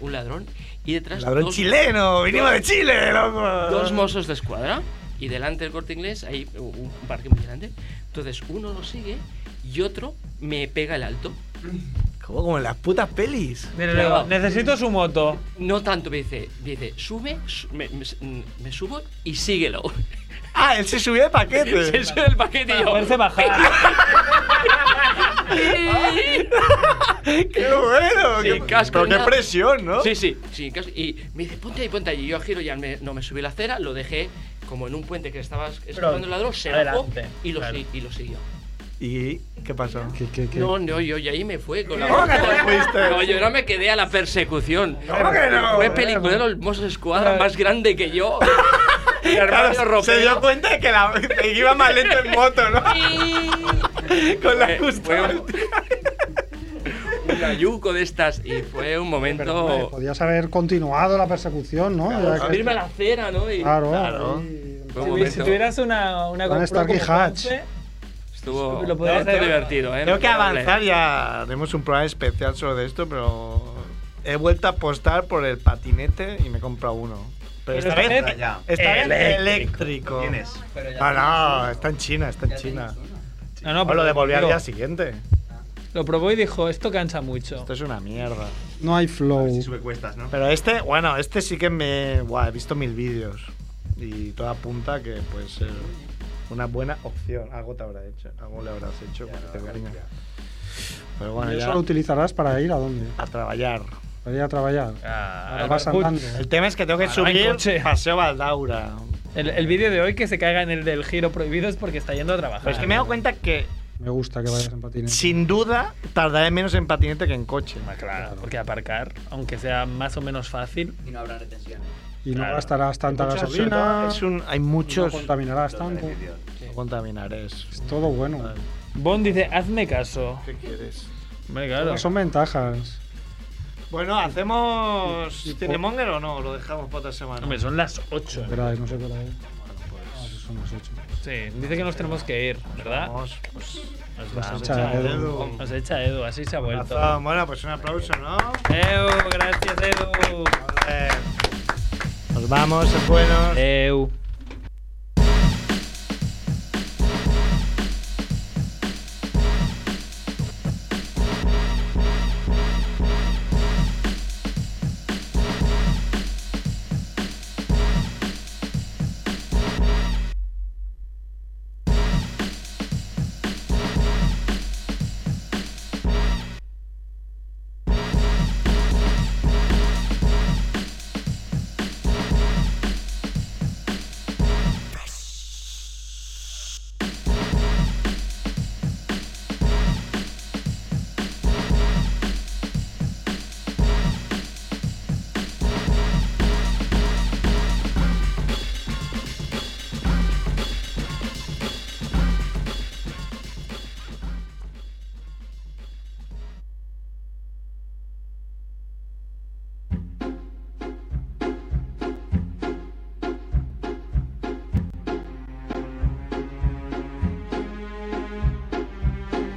[SPEAKER 9] un ladrón. Y detrás.
[SPEAKER 3] Ladrón chileno, venimos de Chile, loco.
[SPEAKER 9] Dos mozos de escuadra. Y delante del corte inglés hay un, un parque muy grande. Entonces uno lo sigue y otro me pega el alto.
[SPEAKER 3] ¿Cómo? Como en las putas pelis.
[SPEAKER 10] Mira, luego, necesito su moto.
[SPEAKER 9] No tanto, me dice, me dice sube, su- me, me- me subo y síguelo.
[SPEAKER 3] Ah, él se subió de
[SPEAKER 9] Se
[SPEAKER 3] paquete.
[SPEAKER 9] sube el paquete y
[SPEAKER 10] Para
[SPEAKER 9] yo.
[SPEAKER 10] poderse bajar.
[SPEAKER 3] ¡Qué bueno!
[SPEAKER 9] Sin
[SPEAKER 3] qué,
[SPEAKER 9] casco,
[SPEAKER 3] pero qué
[SPEAKER 9] nada.
[SPEAKER 3] presión, ¿no?
[SPEAKER 9] Sí, sí, sin casco. Y me dice, ponte ahí, ponte ahí. Y yo giro, ya me- no me subí la acera, lo dejé como en un puente que estaba escapando el ladrón, se bajó
[SPEAKER 10] adelante,
[SPEAKER 9] y lo,
[SPEAKER 10] claro.
[SPEAKER 9] si- y lo siguió.
[SPEAKER 3] ¿Y qué pasó?
[SPEAKER 2] ¿Qué, qué, qué?
[SPEAKER 9] No, no, yo y ahí me fue con la
[SPEAKER 3] ¿Cómo que te fuiste?
[SPEAKER 9] No, yo no me quedé a la persecución.
[SPEAKER 3] ¿Cómo que no?
[SPEAKER 9] Fue peliculero el mozo escuadra más grande que yo. Mi
[SPEAKER 3] Claro,
[SPEAKER 9] hermano
[SPEAKER 3] se dio
[SPEAKER 9] ropero.
[SPEAKER 3] cuenta de que, la, de que iba más lento en moto, ¿no? Con la
[SPEAKER 9] Eh,
[SPEAKER 3] justa.
[SPEAKER 9] fue un- un ayuco de estas y fue un
[SPEAKER 2] Hombre,
[SPEAKER 9] momento
[SPEAKER 2] podías haber continuado la persecución, ¿no? Ya que-
[SPEAKER 9] subirme a la acera, ¿no? Y-
[SPEAKER 2] Claro.
[SPEAKER 9] Fue un
[SPEAKER 10] Si,
[SPEAKER 9] momento.
[SPEAKER 10] si tuvieras una, una
[SPEAKER 2] Van a estar
[SPEAKER 10] GoPro
[SPEAKER 2] que
[SPEAKER 10] como
[SPEAKER 2] hatch.
[SPEAKER 10] Ponce,
[SPEAKER 9] Estuvo,
[SPEAKER 10] Lo podías
[SPEAKER 9] estuvo
[SPEAKER 10] hacer.
[SPEAKER 9] divertido, ¿eh?
[SPEAKER 3] Tengo que
[SPEAKER 9] Memorable.
[SPEAKER 3] avanzar, ya haremos un programa especial sobre esto, pero he vuelto a apostar por el patinete y me he comprado uno. Pero esta
[SPEAKER 10] Pero
[SPEAKER 3] vez,
[SPEAKER 10] esta
[SPEAKER 4] Ya.
[SPEAKER 3] esta vez
[SPEAKER 4] ¿Lo
[SPEAKER 3] eléctrico. Ah,
[SPEAKER 4] tienes?
[SPEAKER 3] No, no, está en China, está en China.
[SPEAKER 10] No, no,
[SPEAKER 3] O lo devolví al
[SPEAKER 10] digo,
[SPEAKER 3] día siguiente.
[SPEAKER 10] Lo probó y dijo, esto cansa mucho.
[SPEAKER 3] Esto es una mierda.
[SPEAKER 2] No hay flow.
[SPEAKER 4] Si sube cuestas, ¿no?
[SPEAKER 3] Pero este, bueno, este sí que me. Buah, he visto mil vídeos. Y todo apunta que puede ser una buena opción. Algo te habrá hecho. Algo le habrás hecho. porque te venga. Pero bueno,
[SPEAKER 2] ¿Y
[SPEAKER 3] ya
[SPEAKER 2] eso lo utilizarás para ir a dónde?
[SPEAKER 3] a trabajar.
[SPEAKER 2] Para ir a trabajar.
[SPEAKER 3] Ah,
[SPEAKER 2] Ahora vas andando.
[SPEAKER 3] El tema es que tengo que
[SPEAKER 10] Ahora en
[SPEAKER 3] subir
[SPEAKER 10] coche.
[SPEAKER 3] Paseo Valdaura.
[SPEAKER 10] El, el vídeo de hoy que se caga en el del giro prohibido es porque está yendo a trabajar.
[SPEAKER 3] Pero es que me he dado cuenta que
[SPEAKER 2] Me gusta que vayas en patinete.
[SPEAKER 3] sin duda tardaré menos en patinete que en coche.
[SPEAKER 10] Claro, Ah, porque aparcar, aunque sea más o menos fácil.
[SPEAKER 6] Y no habrá retención.
[SPEAKER 2] Y no gastarás tanta
[SPEAKER 3] Muchas-
[SPEAKER 2] gasolina.
[SPEAKER 3] es un- hay muchos-
[SPEAKER 2] No contaminarás tanto.
[SPEAKER 3] No contaminaré eso.
[SPEAKER 2] Es todo bueno.
[SPEAKER 10] Bond dice, hazme caso.
[SPEAKER 3] ¿Qué quieres?
[SPEAKER 10] Hombre,
[SPEAKER 2] Todas Son ventajas.
[SPEAKER 3] Bueno, ¿hacemos Cinemonger o no? Lo dejamos para otra semana.
[SPEAKER 10] Hombre, son las 8.
[SPEAKER 2] Espera, no sé qué hora es. Ah, pues son las ocho.
[SPEAKER 10] Sí, dice que nos tenemos que ir, ¿verdad? nos,
[SPEAKER 2] nos
[SPEAKER 10] vamos.
[SPEAKER 2] echa Edu.
[SPEAKER 10] Nos echa Edu, así se ha vuelto.
[SPEAKER 3] Abrazo. Bueno, pues un aplauso, ¿no?
[SPEAKER 10] Edu, gracias Edu.
[SPEAKER 3] Nos vamos, es bueno.
[SPEAKER 10] Eu.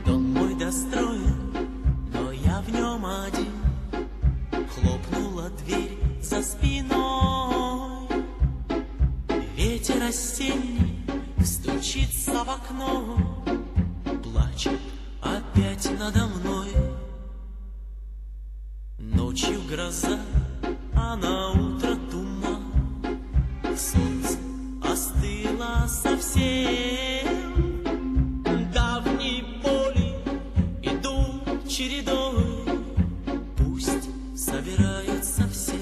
[SPEAKER 15] Дом мой достроен, но я в нем один. Хлопнула дверь за спиной. Ветер осенний стучится в окно. Плачет опять надо мной. Ночью гроза, а на утро туман. Солнце остыло совсем давней боли иду чередой. Пусть собираются все.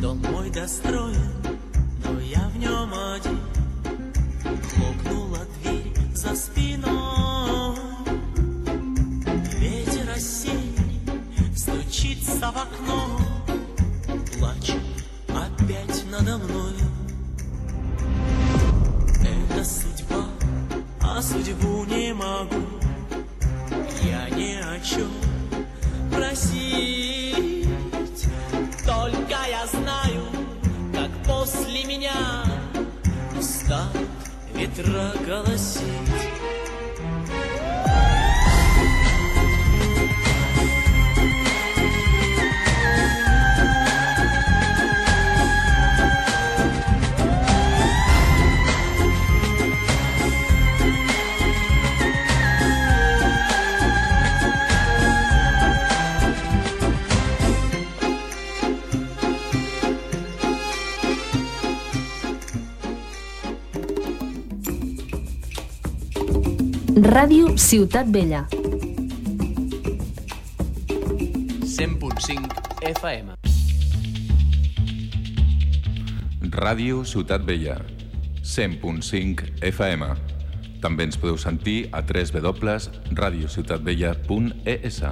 [SPEAKER 15] Дом мой достроен, но я в нем один. Хлопнула дверь за спиной. Ветер осенний стучится в окно. Плачет опять надо мной. Это судьба, а судьбу не могу. Я ни о чем просить. Только я знаю, как после меня Станут ветра голосить.
[SPEAKER 16] Ràdio Ciutat Vella.
[SPEAKER 11] 100.5 FM.
[SPEAKER 5] Ràdio Ciutat Vella, 100.5 FM. E També ens podeu sentir a www.radiociutatvella.es.